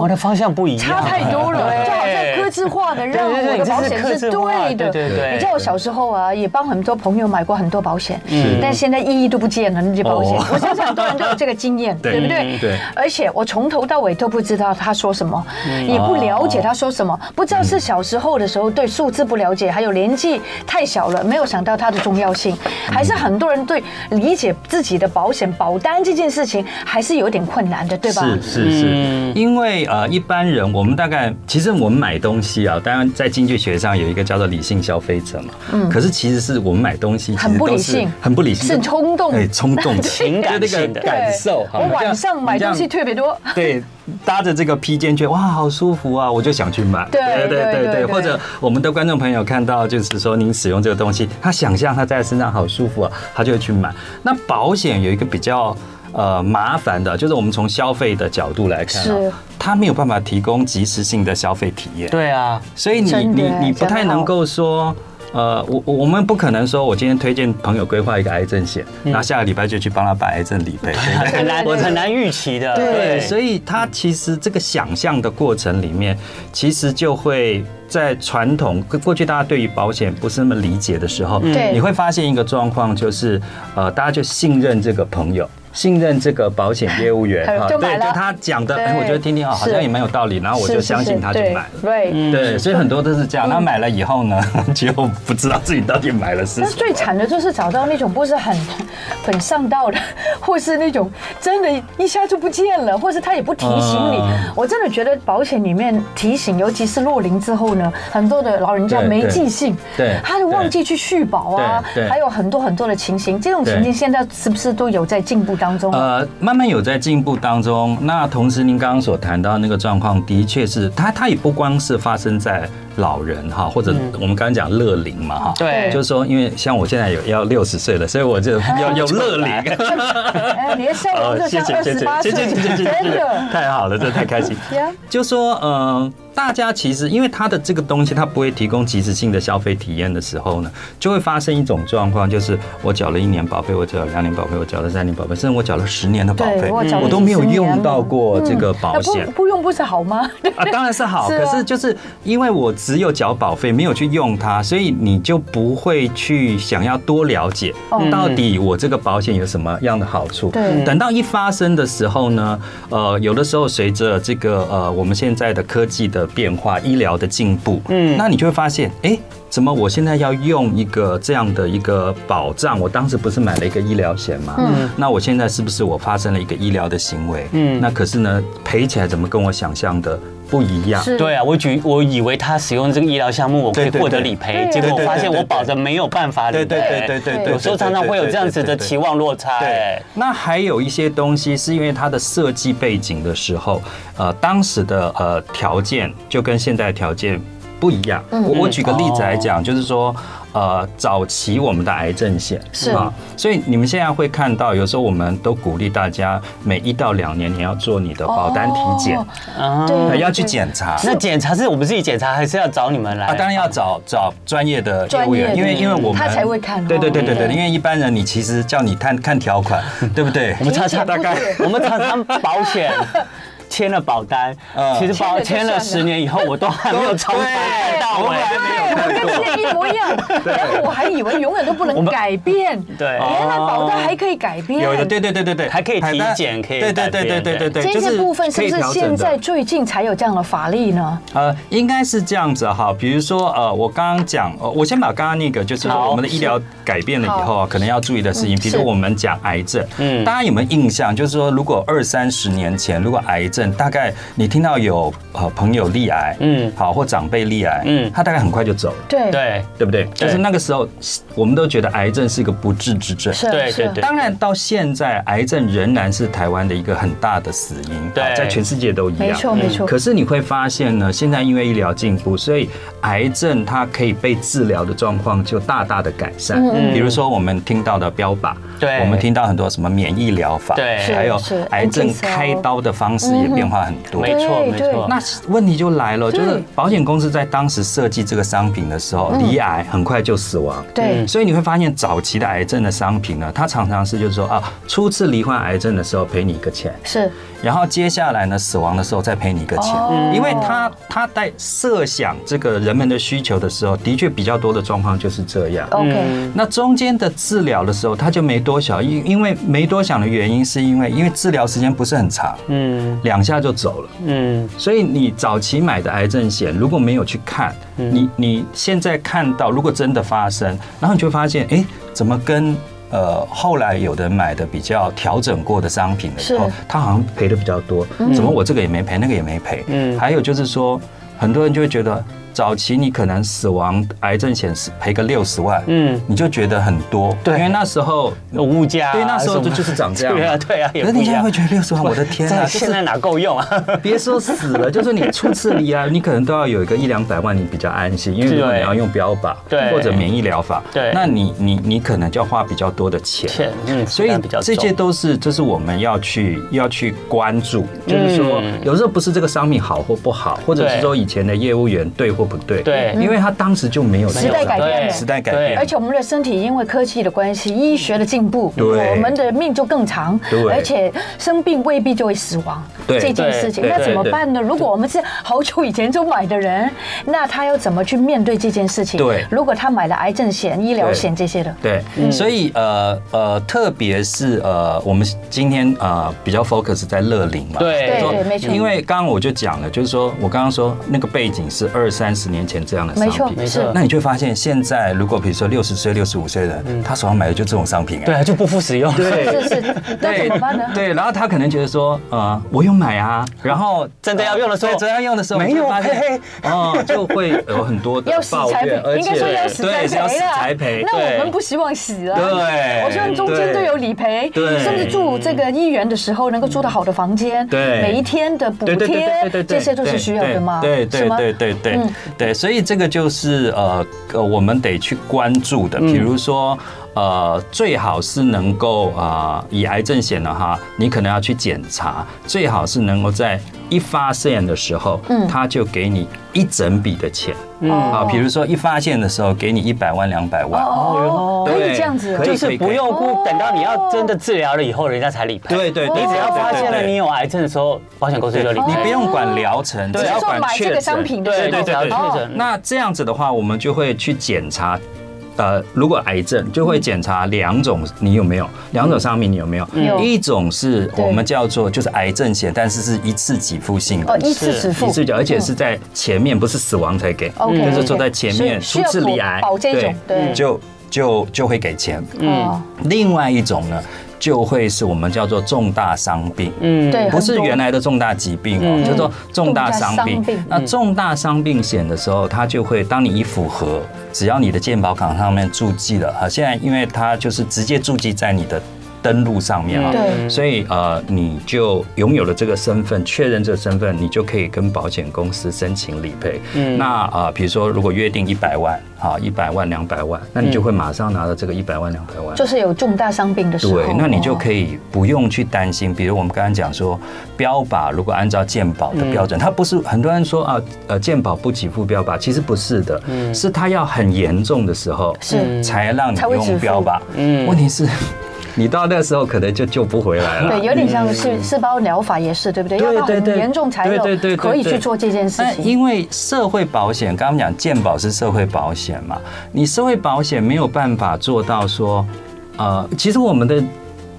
S2: 我
S1: 哦，
S2: 的方向不一样，
S1: 差
S2: 啊
S1: 太多了， 哎就好像科技化的，让
S2: 对对
S1: 我的
S2: 对
S1: 保险是
S2: 这是客制化
S1: 对的。
S2: 对对对
S1: 你知道我小时候啊，也帮很多朋友买过很多保险，
S2: 嗯
S1: 但现在意义都不见了那些保险
S3: 哦。
S1: 我相信很多人都有这个经 验，
S3: 对
S1: 对不对？
S3: 嗯对
S1: 而且我从头到尾都不知道他说什么，
S2: 嗯
S1: 也不了解他说什
S2: 哦
S1: 么，不知道是小时候的时候对数字不了解，还有年纪太小了，没有想到它的重要性，
S2: 嗯
S1: 还是很多人对理解自己的保险保单这件事情还是有点困难的，对吧？嗯
S3: 是是是，因为呃，一般人我们大概其实我们买东西啊，当然在经济学上有一个叫做理性消费者嘛，
S1: 嗯
S3: 可是其实是我们买东西其
S1: 很
S3: 实
S1: 不理
S3: 都是
S1: 性
S3: 很不理性，
S1: 是冲动
S3: 对冲动的
S2: 情感
S3: 就是那
S2: 性的
S3: 个 感受。好
S1: 我
S3: 像
S1: 晚上买东西特别多。
S3: 对，搭着这个披肩，觉得哇，好舒服啊，我就想去买。
S1: 对对对对
S3: 或者我们的观众朋友看到，就是说您使用这个东西，他想象他在身上好舒服啊，他就会去买。那保险有一个比较。呃，麻烦的就是我们从消费的角度来看、
S1: 是
S3: 啊，它没有办法提供及时性的消费体验。
S2: 对啊，
S3: 所以你
S1: 真的
S3: 你你不太
S1: 真好
S3: 能够说。呃，我我我们不可能说，我今天推荐朋友规划一个癌症险，
S1: 嗯
S3: 然后下个礼拜就去帮他把癌症理 赔，对不对
S2: 很难
S1: 对对对
S2: 很难预期的，
S3: 对，所
S2: 以
S3: 以它其实这个想象的过程里面，其实就会在传统过过去大家对于保险不是那么理解的时候，
S1: 嗯对
S3: 你会发现一个状况，就是呃，大家就信任这个朋友。信任这个保险业务员
S1: 他 就买
S3: 对，
S1: 了
S3: 就他讲的，
S1: 对
S3: 哎，我觉得听听啊，好
S1: 是
S3: 像也蛮有道理，然后我
S1: 是
S3: 就是相信
S1: 是
S3: 他就
S1: 对嗯
S3: 买了。嗯
S1: 对，
S3: 对，所以很多都是这样。那买了以后呢， 结果不知道自己到底买了是
S1: 但
S3: 什
S1: 是
S3: 么。
S1: 最惨的就是找到那种不是很很上道的， 或是那种真的一下就不见了，或是他也不提醒你
S3: 嗯。
S1: 我真的觉得保险里面提醒，尤其是落龄之后呢，很多的老人家
S3: 对
S1: 没
S3: 对
S1: 记性，
S3: 对
S1: 他就忘记去续保啊，
S3: 对对
S1: 还有很多很多的情形。这种情
S3: 对
S1: 形现在是不是都有在进步当中？啊
S3: 呃，慢慢有在进步当中。那同时，您刚刚所谈到那个状况，的确是它，它也不光是发生在老人哈，或者我们刚刚讲乐龄嘛哈。
S2: 嗯对，
S3: 就是说，因为像我现在有要六十岁了，所以我就有有乐龄。
S1: 哎，你的笑容就像二十八岁，
S3: 啊 谢谢谢谢谢谢，
S1: 真的。
S3: 太好了，这太开心
S1: Yeah。
S3: 就说，呃，大家其实因为它的这个东西，它不会提供即时性的消费体验的时候呢，就会发生一种状况，就是我缴了一年保费，我缴了两年保费，我缴了三年保费，甚至我缴了十年的保
S1: 对
S3: 费，
S1: 我缴了
S3: 我都没有
S1: 10年
S3: 用到过这个保
S1: 那不
S3: 险。
S1: 不用不是好吗？
S3: 啊，当然是好，
S1: 是啊
S3: 可是就是因为我只有缴保费，没有去用它，所以你就不会去想要多了解
S1: 哦
S3: 到底我这个保险有什么样的好处。
S1: 对
S3: 等到一发生的时候呢，呃，有的时候随着这个呃我们现在的科技的变化、医疗的进步，嗯，那你就会发现，哎、怎么我现在要用一个这样的一个保障？我当时不是买了一个医疗险吗？嗯，那我现在是不是我发生了一个医疗的行为？嗯，那可是呢，赔起来怎么跟我想象的不一样。
S1: 是
S2: 对啊，我举我以为他使用这个医疗项目，我可以
S3: 对对
S2: 获得
S3: 对
S2: 理赔，
S1: 对
S2: 结果
S1: 对
S2: 我
S1: 对
S2: 发现
S3: 对
S2: 我
S3: 对
S2: 保着没有办法理
S3: 对对对
S2: 赔。
S3: 对对对，
S1: 对
S2: 有时候常常会有这样子的期望落差。
S3: 对
S2: 哎，
S3: 那还有一些东西是因为它的设计背景的时候，呃，当时的呃条件就跟现在的条件不一样。
S1: 嗯
S3: 我我举个例子来
S1: 哦
S3: 讲，就是说，呃，早期我们的癌症险
S1: 是
S3: 啊，所以你们现在会看到，有时候我们都鼓励大家每一到两年你要做你的保单体检，
S1: 哦
S2: 啊
S1: 对
S3: 呃要去检查。
S2: 那检查是我们自己检查，还是要找你们来？
S3: 啊，当然要找找专业的业务
S1: 专
S3: 员，
S1: 业的
S3: 因为因为我们
S1: 他才会看哦
S3: 对对对对
S1: 对
S3: 对，因为一般人你其实叫你看看 条款，对不对？
S2: 我们常常
S1: 理解不
S2: 大概
S1: 是
S2: 我们常常保 险签了保单，
S3: 嗯
S2: 其实保
S1: 签
S2: 签
S1: 了就算了
S2: 了十年以后，我都还没有从头看到哎尾
S3: 对我。还没有 看过。
S1: 哦是一模一样，然后我还以为永远都不能改变，
S2: 对
S1: 原来保单还可以改变。
S3: 哦有的，对对对对对，
S2: 还可以
S3: 海丹
S2: 体检可以
S3: 对对
S2: 改
S3: 对对
S2: 变
S3: 对对对，
S1: 这
S3: 就
S1: 些
S3: 是
S1: 部分是
S3: 可
S1: 不
S3: 以
S1: 是
S3: 调整
S1: 现
S3: 的
S1: 在最近才有这样的法律呢？
S3: 呃，应该是这样子哈。比如说呃，我刚刚讲，呃我先把刚刚那个，就是
S2: 好
S3: 说我们的医疗改变了以后啊，可能要注意的事情，比如
S1: 嗯
S3: 说
S1: 是
S3: 我们讲癌症，
S2: 嗯
S3: 嗯，大家有没有印象？就是说，如果二三十年前，如果癌症，大概你听到有呃朋友罹癌，
S2: 嗯
S3: 嗯，好或长辈罹癌，
S2: 嗯
S3: 嗯，他大概很快就走了。
S1: 对
S2: 对
S3: 对不对？就是那个时候，我们都觉得癌症是一个不治之症。
S1: 是
S2: 对
S1: 是
S2: 对对
S3: 当然，到现在，癌症仍然是台湾的一个很大的死因，
S2: 对嗯
S3: 啊在全世界都一样。
S1: 没错没错
S3: 可是你会发现呢，现在因为医疗进步，所以癌症它可以被治疗的状况就大大的改善。
S1: 嗯
S3: 比如说我们听到的标靶，
S2: 对
S3: 我们听到很多什么免疫疗法，
S2: 对是
S3: 还有
S1: 是
S3: 癌症
S1: NK
S3: 开刀的方式也变化很多。
S2: 没错
S1: 对
S2: 没
S1: 对
S2: 错。
S3: 那问题就来了，就
S1: 对嗯
S3: 是保险公司在当时设计这个商品的时候，罹癌很快就死亡。
S1: 对
S3: 所以你会发现早期的癌症的商品呢，它常常是就是说啊，初次罹患癌症的时候赔你一个钱，
S1: 是
S3: 然后接下来呢死亡的时候再赔你一个钱
S1: 哦，
S3: 因为它它在设想这个人们的需求的时候，的确比较多的状况就是这样。
S1: OK，
S2: 嗯
S3: 那中间的治疗的时候，他就没多想，因因为没多想的原因，是因为因为治疗时间不是很长，
S2: 嗯
S3: 两下就走了。
S2: 嗯，
S3: 所以你早期买的癌症险，如果没有去看，
S2: 嗯
S3: 你你现在看到，如果真的发生，然后你就会发现，哎，怎么跟呃后来有的人买的比较调整过的商品了以后
S1: 是，
S3: 他好像赔的比较多，怎么我这个也没赔，那个也没赔？
S2: 嗯
S3: 还有就是说，很多人就会觉得。早期你可能死亡癌症险是赔个六十万，
S2: 嗯
S3: 嗯，你就觉得很多，
S2: 对
S3: 因为那时候
S2: 有物价啊
S3: 对，那时候
S2: 什
S3: 就
S2: 么
S3: 就是长这 样，
S2: 对啊对啊，也
S3: 可是
S2: 不
S3: 你
S2: 一
S3: 现在
S2: 样
S3: 会。觉得六十万，我的天啊，
S2: 这
S3: 就是
S2: 现在哪够用 啊？
S3: 别说死了，就说你初次离啊癌，你可能都要有一个一两百万，你比较安心，因为如果
S2: 对
S3: 你要用标靶，
S2: 对
S3: 或者免疫疗法，
S2: 对
S3: 那你你你可能就要花比较多的钱，
S2: 钱嗯
S3: 所以
S2: 负担比较重
S3: 这些都是就是我们要去要去关注，就是说
S2: 嗯
S3: 有时候不是这个商品好或不好，或者
S2: 对
S3: 是说以前的业务员对或不对，
S2: 对
S3: 因为他当时就没有
S1: 时代改变了
S3: 对时代改变
S1: 而且我们的身体因为科技的关系，医学的进步，
S3: 嗯对
S1: 我们的命就更长，
S3: 对
S1: 而且生病未必就会死亡，
S3: 对
S1: 这件事情，
S2: 对对
S1: 那怎么办呢？如果我们是好久以前就买的人，那他要怎么去面对这件事情？
S3: 对
S1: 如果他买了癌症险、医疗险这些的，
S3: 对，所以呃呃，特别是呃，我们今天呃比较 focus 在乐龄嘛，
S2: 对
S1: 对
S3: 说
S1: 对没错
S3: 因为刚刚我就讲了，就是说我刚刚说那个背景是二三十年前这样的商
S1: 没
S3: 品，
S1: 错，
S2: 没
S1: 是
S2: 错
S3: 那你就会发现，现在如果比如说六十岁、六十五岁的人，他手上买的就这种商品、啊，
S2: 嗯对啊，就不敷使用。
S1: 是是，那怎么办呢？
S3: 对，然后他可能觉得说，呃，我有买啊，然后
S2: 嗯真的要用的时候
S3: 对真的要用的时候，
S2: 没
S3: 你就
S2: 有
S3: 发现，哦，就会有很多 的
S1: 要死
S3: 抱
S1: 才
S3: 怨，
S1: 赔，
S3: 而
S1: 应该
S3: 且
S1: 说要死才
S3: 对是要
S1: 赔
S3: 死才
S1: 了
S3: 赔。。
S1: 那
S2: 对
S1: 我们不希望死啊。
S3: 对
S1: 我希望中间
S3: 对
S1: 都有理赔，
S3: 对嗯
S1: 甚至住这个医院的时候能够住到好的房间，
S3: 对
S1: 每一天的补
S3: 对对对对
S1: 贴，
S3: 对对，
S1: 这些都是需要的嘛，
S3: 对
S1: 是
S3: 对
S1: 吗？
S3: 对对对
S1: 嗯
S3: 对，所以这个就是呃呃，我们得去关注的，比如说。呃，最好是能够啊、以癌症险的哈，你可能要去检查，最好是能够在一发现的时候，
S1: 嗯
S3: 他就给你一整笔的钱啊，
S1: 哦
S3: 比如说一发现的时候给你一百万、两百万，
S1: 哦，可以
S3: 对
S1: 这样子，
S3: 可以
S2: 就是不用
S1: 哦
S2: 估，等到你要真的治疗了以后，人家才理赔。
S3: 对对对，
S2: 你只要
S3: 对
S2: 发现了。
S3: 对对哦
S2: 你有癌症的时候，保险公司就理
S3: 你
S2: 赔。
S3: 不用管疗程，
S2: 对
S3: 只
S1: 只
S3: 要
S1: 是说
S3: 管
S1: 买
S3: 确
S1: 这个
S3: 诊。
S1: 商品的时
S2: 对
S1: 候，
S2: 对对对，
S1: 哦
S2: 确诊。
S3: 那这样子的话，我们就会去检查。呃，如果癌症就会检查两种，你有没有两种商品？你有没有？
S1: 嗯有
S3: 一种是
S1: 对
S3: 我们叫做就是癌症险，但是是一次给付性的
S1: 哦，，一次止付，嗯
S3: 一次给，而且是在前面，不是死亡才给，
S1: OK，
S3: 就是说在前面
S1: 所
S3: 初
S1: 以
S3: 次
S1: 需
S3: 罹
S1: 要
S3: 癌
S1: 保保这种，对，
S3: 就就就会给钱。
S1: 哦
S3: 另外一种呢，就会是我们叫做重大伤病。
S2: 嗯
S1: 对
S3: 不是
S1: 很多嗯
S3: 原来的重大疾病哦，叫做重大伤
S1: 重大伤
S3: 病
S1: 病。
S3: 那重大伤病险的时候，它就会当你一符合，只要你的健保卡上面注记了，哈，现在因为它就是直接注记在你的登录上面啊，
S1: 嗯对
S3: 所以呃，你就拥有了这个身份，确认这个身份，你就可以跟保险公司申请理赔。
S2: 嗯
S3: 那呃，比如说如果约定一百万，好，一百万、两百万，那你
S1: 嗯
S3: 就会马上拿到这个一百万、两百万。
S1: 就是有重大伤病的时候，哦
S3: 对，那你就
S1: 以
S3: 可以不用去担心。比如我们刚刚讲说，标靶如果按照健保
S1: 嗯
S3: 的标准，它不是很多人说啊，呃，健保不给付标靶，其实不是的，是它要很严重的时候，
S1: 嗯是
S3: 才让你
S1: 才会止
S3: 用
S1: 付
S3: 标靶。
S2: 嗯
S3: 问题是， 你到那时候可能就救不回来了
S1: 对，。有点像是四包疗法也是，对不对？要到很严重才
S3: 对对
S1: 有
S3: 对对
S1: 可以去做这件事
S3: 但
S1: 情。
S3: 因为社会保险，刚刚讲健保是社会保险嘛，你社会保险没有办法做到说，呃，其实我们的。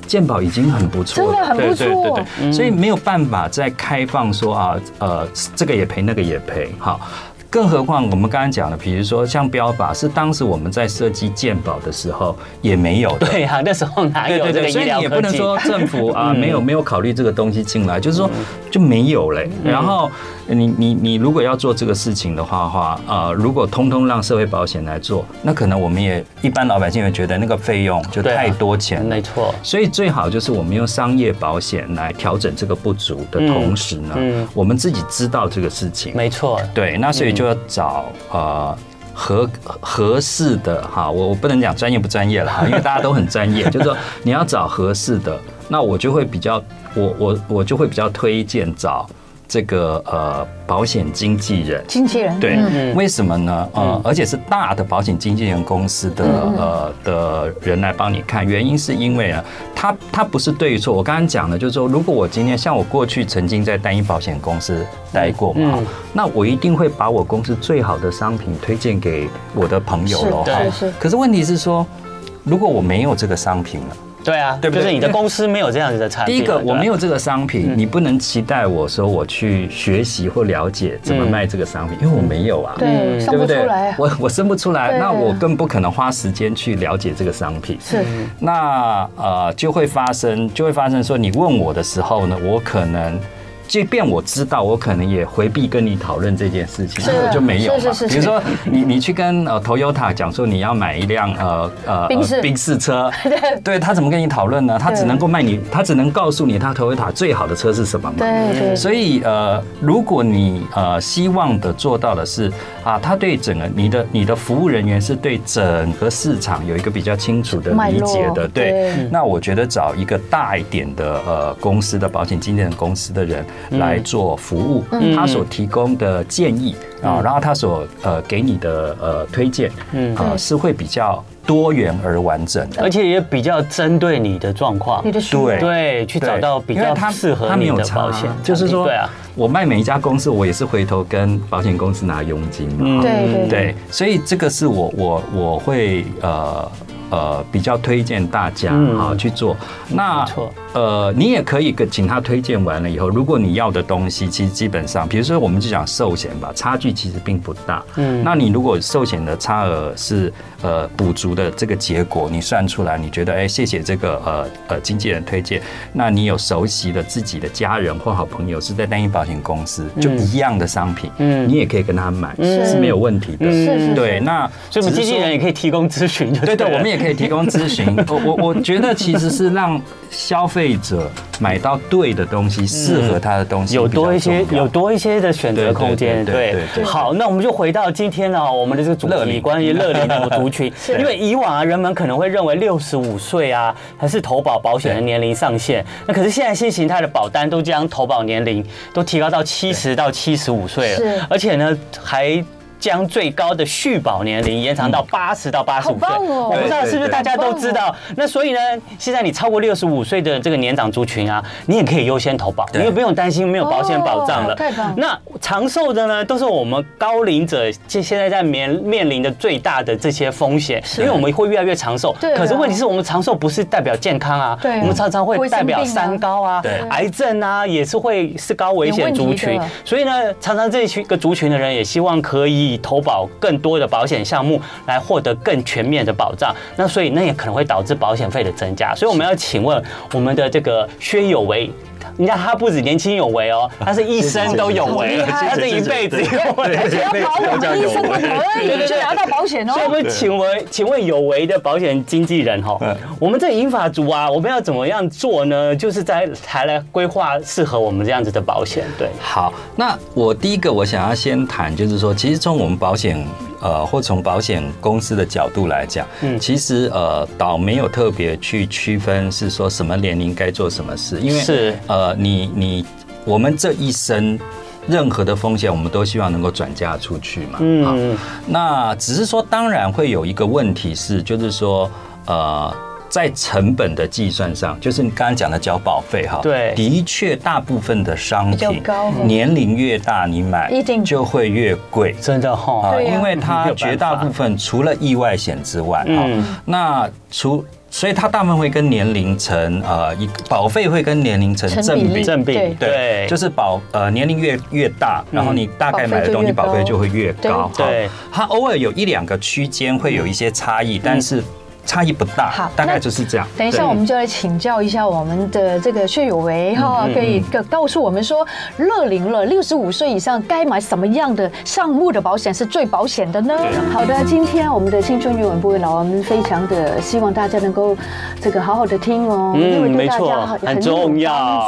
S3: 健保已经很不错了，
S1: 真的很不错
S3: 对对对对，所以没有办法再开放说啊，呃，这个也赔，那个也赔，好。更何况我们刚刚讲的，比如说像标靶，是当时我们在设计健保的时候也没有的，
S2: 对啊，那时候哪
S3: 对
S2: 有
S3: 对
S2: 这个
S3: 对，
S2: 医
S3: 所以
S2: 疗
S3: 你也不
S2: 科
S3: 能
S2: 技？嗯
S3: 说政 府啊没有没有考虑这个东西进来，就是说就没有嘞。
S2: 嗯
S3: 然后你你你如果要做这个事情的话话，呃，如果通通让社会保险来做，那可能我们也一般老百姓也觉得那个费用就
S2: 对啊
S3: 太多钱了。
S2: 没错，
S3: 所以最好就是我们用商业保险来调整这个不足的同时呢，
S2: 嗯嗯
S3: 我们自己知道这个事情，
S2: 没错，
S3: 对，那所以就要找、呃。合合适的哈，我我不能讲专业不专业了哈，因为大家都很专业，就是说你要找合适的，那我就会比较，我我我就会比较推荐找这个呃保险经纪人，
S1: 经纪人
S3: 对，
S1: 嗯
S3: 为什么呢？呃，
S2: 嗯
S3: 而且是大的保险经纪人公司的呃的人来帮你看，原因是因为啊，他他不是对与错。我刚刚讲的就是说，如果我今天像我过去曾经在单一保险公司待过嘛，
S2: 嗯
S3: 那我一定会把我公司最好的商品推荐给我的朋友喽。
S1: 是
S2: 对
S1: 是是，
S3: 可是问题是说，如果我没有这个商品了。
S2: 对啊，
S3: 对不
S2: 就
S3: 对
S2: 是你的公司没有这样子的嗯产品
S3: 第
S2: 了。
S3: 一个，我没
S2: 有
S3: 有这个商品，你不能期待我说我去学习或了解怎么
S2: 嗯
S3: 卖这个商品，因为我没有啊。
S1: 对，生
S3: 对
S1: 不出
S3: 不对？
S1: 来啊，
S3: 我我生不出来，
S1: 对
S3: 那我更不可能花时间去了解这个商品。
S1: 是
S3: 那呃，就会发生，就会发生说，你问我的时候呢，我可能。即便我知道，我可能也回避跟你讨论这件事情，
S1: 是
S3: 因为我就没有嘛。
S1: 是是是
S3: 比如说，你你去跟呃 Toyota 讲说你要买一辆呃呃
S1: 宾士
S3: 呃宾 士车，对他怎么跟你讨论呢？他只能够卖你，他只能告诉你他 Toyota 最好的车是什么嘛。
S1: 对对，
S3: 所以呃，如果你呃希望的做到的是啊，他对整个你的你的服务人员是对整个市场有一个比较清楚的
S1: 脉
S3: 理
S1: 络
S3: 解的，
S1: 对
S3: 对。
S2: 嗯
S3: 那我觉得找一个大一点的呃公司的保险经纪人公司的人
S2: 嗯
S3: 来做服务，
S1: 嗯
S3: 他所提供的建议啊，然后他所呃给你的呃推荐，
S2: 嗯
S3: 啊是会比较多元而完整的。
S2: 啊而且也比较针对你的状况，
S1: 你的需求
S3: 对
S2: 对，去找到比
S3: 因
S2: 较
S3: 为它
S2: 适合
S3: 它没
S2: 你
S3: 有
S2: 的
S3: 差
S2: 保险产品，
S3: 就是说，
S2: 对啊，
S3: 我卖每一家公司，我也是回头跟保险公司拿佣金
S2: 嗯
S3: 嘛。
S1: 对对
S3: 对，所以这个是我我我会呃呃比较推荐大家
S2: 嗯
S3: 啊去做。那
S2: 没错
S3: 呃，你也可以跟请他推荐完了以后，如果你要的东西，其实基本上，比如说我们就讲寿险吧，差距其实并不大。
S2: 嗯
S3: 那你如果寿险的差额是呃补足的这个结果，你算出来，你觉得哎、谢谢这个呃呃经纪人推荐，那你有熟悉的自己的家人或好朋友是在单一保险公司，就一样的商品，
S2: 嗯
S3: 你也可以跟他买，
S1: 嗯
S3: 是没有问题的。
S1: 是是是
S3: 对，那
S2: 所以我们
S3: 只
S2: 经
S3: 是
S2: 纪
S3: 说
S2: 人也可以提供咨询，就
S3: 对对，
S2: 了
S3: 我们也可以提供咨询。我我我觉得其实是让消费者买到对的东西，适合他的东西，
S2: 有多一些有。多一些的选择空间，
S3: 对对对
S2: 对
S3: 对对对
S2: 好，那我们就回到今天呢，我们的这个主
S3: 乐
S2: 题，
S3: 龄
S2: 关于乐龄的族 群，因为以往啊，人们可能会认为六十五岁啊才是投保保险的年龄上限，那可是现在新形态的保单都将投保年龄都提高到七十到七十五岁
S1: 是
S2: 了，而且呢还。将最高的续保年龄延长到八十到八十五岁，
S1: 好棒哦
S2: 我不知道是不
S3: 嗯对对
S2: 是
S3: 对
S2: 大家都知道。那所以呢，现在你超过六十五岁的这个年长族群啊，你也可以优先投保，
S3: 对
S2: 你也不用担心没有保险保障了。
S1: 哦太棒了
S2: 那长寿的呢，都是我们高龄者现现在在面面临的最大的这些风险，因为我们会越来越长寿。
S1: 对啊
S2: 可是问题是我们长寿不是代表健康啊，
S1: 对啊
S2: 我们常常会代表
S1: 会生病啊
S2: 三高啊
S3: 对、
S2: 癌症啊，也是会是高危
S1: 有问
S2: 险
S1: 题
S2: 族群
S1: 的。
S2: 所以呢，常常这一群个族群的人也希望可以以投保更多的保险项目来获得更全面的保障。那所以那也可能会导致保险费的增加。所以我们要请问我们的这个薛有为。你看，他不止年轻有为 哦，他是一生都有为了，
S1: 厉害
S2: 他是一辈子 有为。
S1: 只要保我们医生不可以就拿到保险哦
S2: 所以。我们请问，请问有为的保险经纪人哈
S3: 嗯，
S2: 我们这银发族啊，我们要怎么样做呢？就是在才来规划适合我们这样子的保险，对。
S3: 好，那我第一个我想要先谈，就是说，其实从我们保险呃，或从保险公司的角度来讲，
S2: 嗯
S3: 嗯，其实呃，倒没有特别去区分是说什么年龄该做什么事，因为
S2: 是
S3: 呃，你你我们这一生。任何的风险，我们都希望能够转嫁出去嘛。啊
S2: 嗯，
S3: 那只是说，当然会有一个问题是，就是说，呃，在成本的计算上，就是你刚刚讲的交保费哈，
S2: 对
S3: 的确大部分的商
S1: 比较
S3: 品
S1: 高哦
S3: 年龄越大，你买
S1: 一定
S3: 就会越贵。
S2: 真的哦哈
S3: 啊，
S1: 对啊
S3: 因为
S2: 没
S3: 它
S2: 有办法
S3: 绝大部分除了意外险之外，哈、
S2: 嗯
S3: 那除所以它大部分会跟年龄层呃一保费会跟年龄层
S1: 成
S3: 正
S1: 比例
S3: 比，
S2: 正病
S3: 对，就是保呃年龄越越大，然后你大概买的东西
S1: 保
S3: 保
S1: 费
S3: 费
S1: 就
S3: 就
S1: 越
S3: 会越高。
S2: 嗯对对
S3: 好，它偶尔有一两个区间会有一些差异，但是差异不大
S1: 嗯好，
S3: 大概
S1: 那
S3: 就是这样。
S1: 等一下，
S3: 对
S1: 我们就来请教一下我们的这个薛有为
S2: 嗯
S1: 哈，可以告诉我们说，乐龄了六十五岁以上该买什么样的项目的保险是最保险的呢？好的，今天我们的青春永远不会老，我们非常的希望大家能够这个好好的听哦，
S2: 嗯
S1: 因为对大家
S2: 没错
S1: 很
S2: 很重要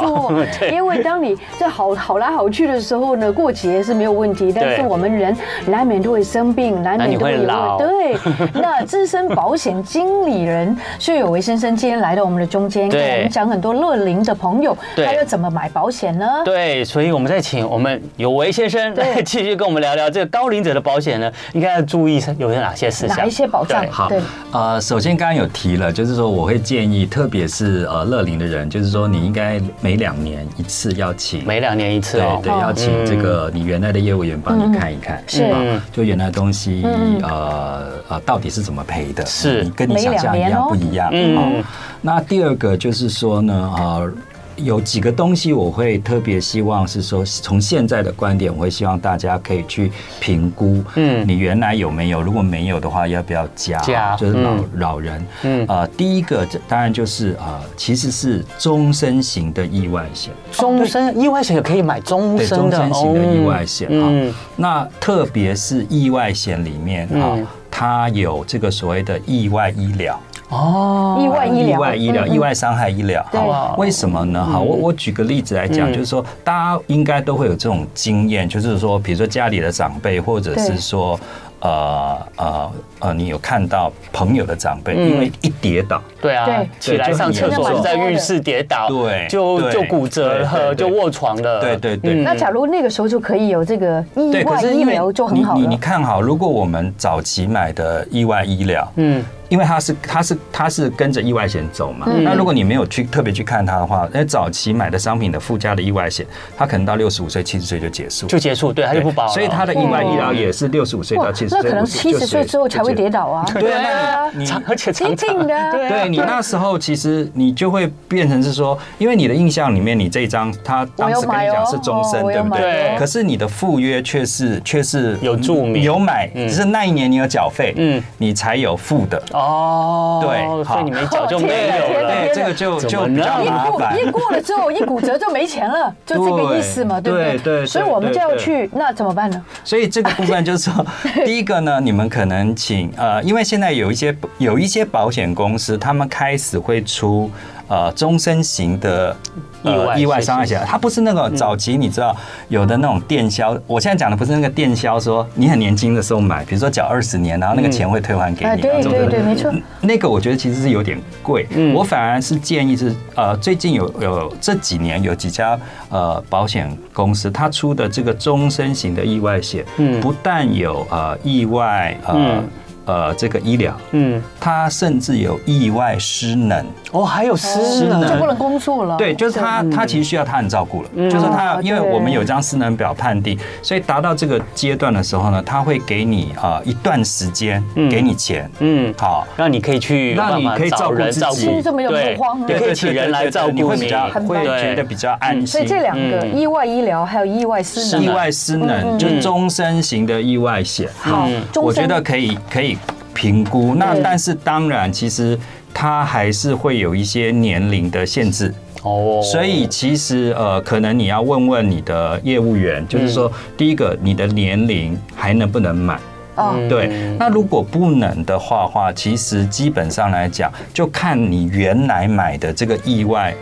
S1: 有帮助哦
S2: 对
S1: 因为当你在好好来好去的时候呢，过节是没有问题，但是
S2: 对
S1: 我们人难免都会生病，难
S2: 那
S1: 免
S2: 你
S1: 都
S2: 会
S1: 会有
S2: 老
S1: 对，那资深保险经理人薛有为先生今天来到我们的中间，跟
S2: 对
S1: 我们讲很多乐龄的朋友，
S2: 对
S1: 他要怎么买保险呢？
S2: 对，所以我们再请我们有为先生
S1: 对
S2: 来继续跟我们聊聊这个高龄者的保险呢，应该要注意有哪些事项？
S1: 哪一些保障
S2: 对？
S3: 好
S1: 对，
S3: 呃，首先刚刚有提了，就是说我会建议，特别是呃乐龄的人，就是说你应该每两年一次要请，
S2: 每两年一次哦
S3: 对。对，要请这个你原来的业务员帮你看一看，
S1: 是
S3: 吧？就原来的东西
S1: 嗯
S3: 呃呃到底是怎么赔的，
S2: 是
S3: 你跟你想象一
S1: 每两年哦
S3: 样不一样？
S2: 嗯
S3: 嗯，那第二个就是说呢，呃。有几个东西我会特别希望是说，从现在的观点，我会希望大家可以去评估，
S2: 嗯
S3: 嗯，你原来有没有？如果没有的话，要不要加？
S2: 加
S3: 就是老
S2: 嗯
S3: 老人，
S2: 嗯
S3: 嗯，呃，第一个这当然就是呃，其实是终身型的意外险，
S2: 终身意外险也可以买终
S3: 对，
S2: 身
S3: 终
S2: 的，
S3: 身型的意外险
S1: 哦
S3: 啊、
S2: 嗯
S3: 那特别是意外险里面啊、
S2: 嗯
S3: 它有这个所谓的意外医疗，
S2: 哦，
S1: 意外医疗，
S3: 意外医疗、
S1: 嗯
S3: 意外伤害医疗。
S1: 对嗯
S3: 好为什么呢？好，我我举个例子来讲，
S2: 嗯
S3: 就是说大家应该都会有这种经验，就是说，比如说家里的长辈，或者
S1: 对
S3: 是说。呃呃呃，你有看到朋友的长辈，
S2: 嗯
S3: 因为一跌倒，
S2: 对啊
S1: 对，
S2: 起来
S3: 对就
S2: 上厕
S1: 很
S2: 所
S1: 严重
S2: 在浴室跌倒，
S3: 对
S2: 就
S3: 对
S2: 就骨折了，
S3: 对对对
S2: 就卧床了，嗯
S3: 对对对
S1: 那假如那个时候就可以有这个意
S3: 对，可
S1: 外
S3: 是
S1: 医
S3: 因为
S1: 疗就很
S3: 你
S1: 好
S3: 你你
S1: 了。
S3: 看好，如果我们早期买的意外医疗，
S2: 嗯，
S3: 因为它是它是它是跟着意外险走嘛，
S1: 嗯
S3: 那如果你没有去特别去看它的话，那早期买的商品的附加的意外险，它可能到六十五岁、七十岁就结束，
S2: 就结束，对，他就
S3: 对
S2: 不保了，
S3: 所以它的意外医疗也是六十五岁到七十岁，
S1: 那可能七十岁之后才会跌
S3: 倒。
S1: 倒啊。
S3: 对
S2: 对啊，
S3: 那你
S2: 长而且
S1: 一
S2: 长长
S1: 定的啊
S2: 对啊
S3: 对你那时候，其实你就会变成是说，因为你的印象里面，你这一张他当时跟你讲是终身，
S1: 我有
S3: 对不
S1: 买
S2: 哦对
S3: 对？可是你的赴约却是却是
S2: 有注明
S3: 有买，
S2: 嗯
S3: 只是那一年你有缴费，
S2: 嗯
S3: 嗯，你才有付的。
S2: 哦，
S3: 对
S2: 所以你没缴就没
S1: 好
S2: 有
S1: 天哪
S2: 了
S1: 天，
S3: 对，这个就
S2: 怎
S3: 就
S2: 么
S3: 比较
S2: 弄
S1: 一
S3: 啊麻
S1: 过
S3: 烦。
S1: 一过了之后，一骨折就没钱了，就这个意思嘛，对
S3: 对
S1: 不对？
S3: 对对
S1: 所以我们就要
S3: 对对
S1: 去，那怎么办呢？
S3: 所以这个部分就 是说，第一个呢，你们可能请呃，因为现在有一些有一些保险公司，他们开始会出呃终身型的。呃
S2: 意外嗯
S3: 意外伤害
S2: 是是
S3: 险，它不是那个早期你知道有的那种电销，我现在讲的不是那个电销，说你很年轻的时候买，比如说缴二十年，
S2: 嗯
S3: 然后那个钱会退还给
S1: 啊，
S3: 你，然
S1: 对
S3: 后什么的
S1: 对对，没错。
S3: 那个我觉得其实是有点贵，
S2: 嗯
S3: 我反而是建议是呃，最近有有这几年有几家呃保险公司，它出的这个终身型的意外险，
S2: 嗯
S3: 不但有呃意外呃。
S2: 嗯
S3: 呃这个医疗，
S2: 嗯，
S3: 他甚至有意外失能，
S2: 哦，还有失
S3: 失
S2: 能，
S1: 就不能工作
S2: 哦
S1: 了。
S3: 对，就是他，他其实需要他人照顾了，
S2: 嗯
S3: 就是他
S1: 哦，
S3: 因为
S1: 对
S3: 我们有一张失能表判定，所以达到这个阶段的时候呢，他会给你啊、呃一段时间，给你钱，
S2: 嗯，
S3: 好，
S2: 让你可以去有
S3: 让你
S2: 办法
S3: 可以
S2: 找
S3: 照顾
S2: 人
S3: 自
S2: 照顾，
S3: 己
S1: 是这么有
S2: 对
S1: 恐慌啊
S2: 你可以请人来照
S3: 对对对对对你
S2: 顾
S3: 会比较
S1: 很棒
S3: 会
S2: 对
S3: 觉得比较安
S1: 所
S3: 心
S1: 以。这两个
S2: 嗯
S1: 意外医疗还有意外失
S3: 意
S1: 能，
S3: 外失能就是终身型的意外险，嗯
S1: 好，终
S3: 我
S1: 身
S3: 觉得可以可以评估。那
S1: 对
S3: 但是当然，其实它还是会有一些年龄的限制。
S2: 哦，
S3: 所以其实呃，可能你要问问你的业务员，就是说，第一个，你的年龄还能不能买？
S1: 啊，
S3: 对，那如果不能的话话，其实基本上来讲，就看你原来买的这个意外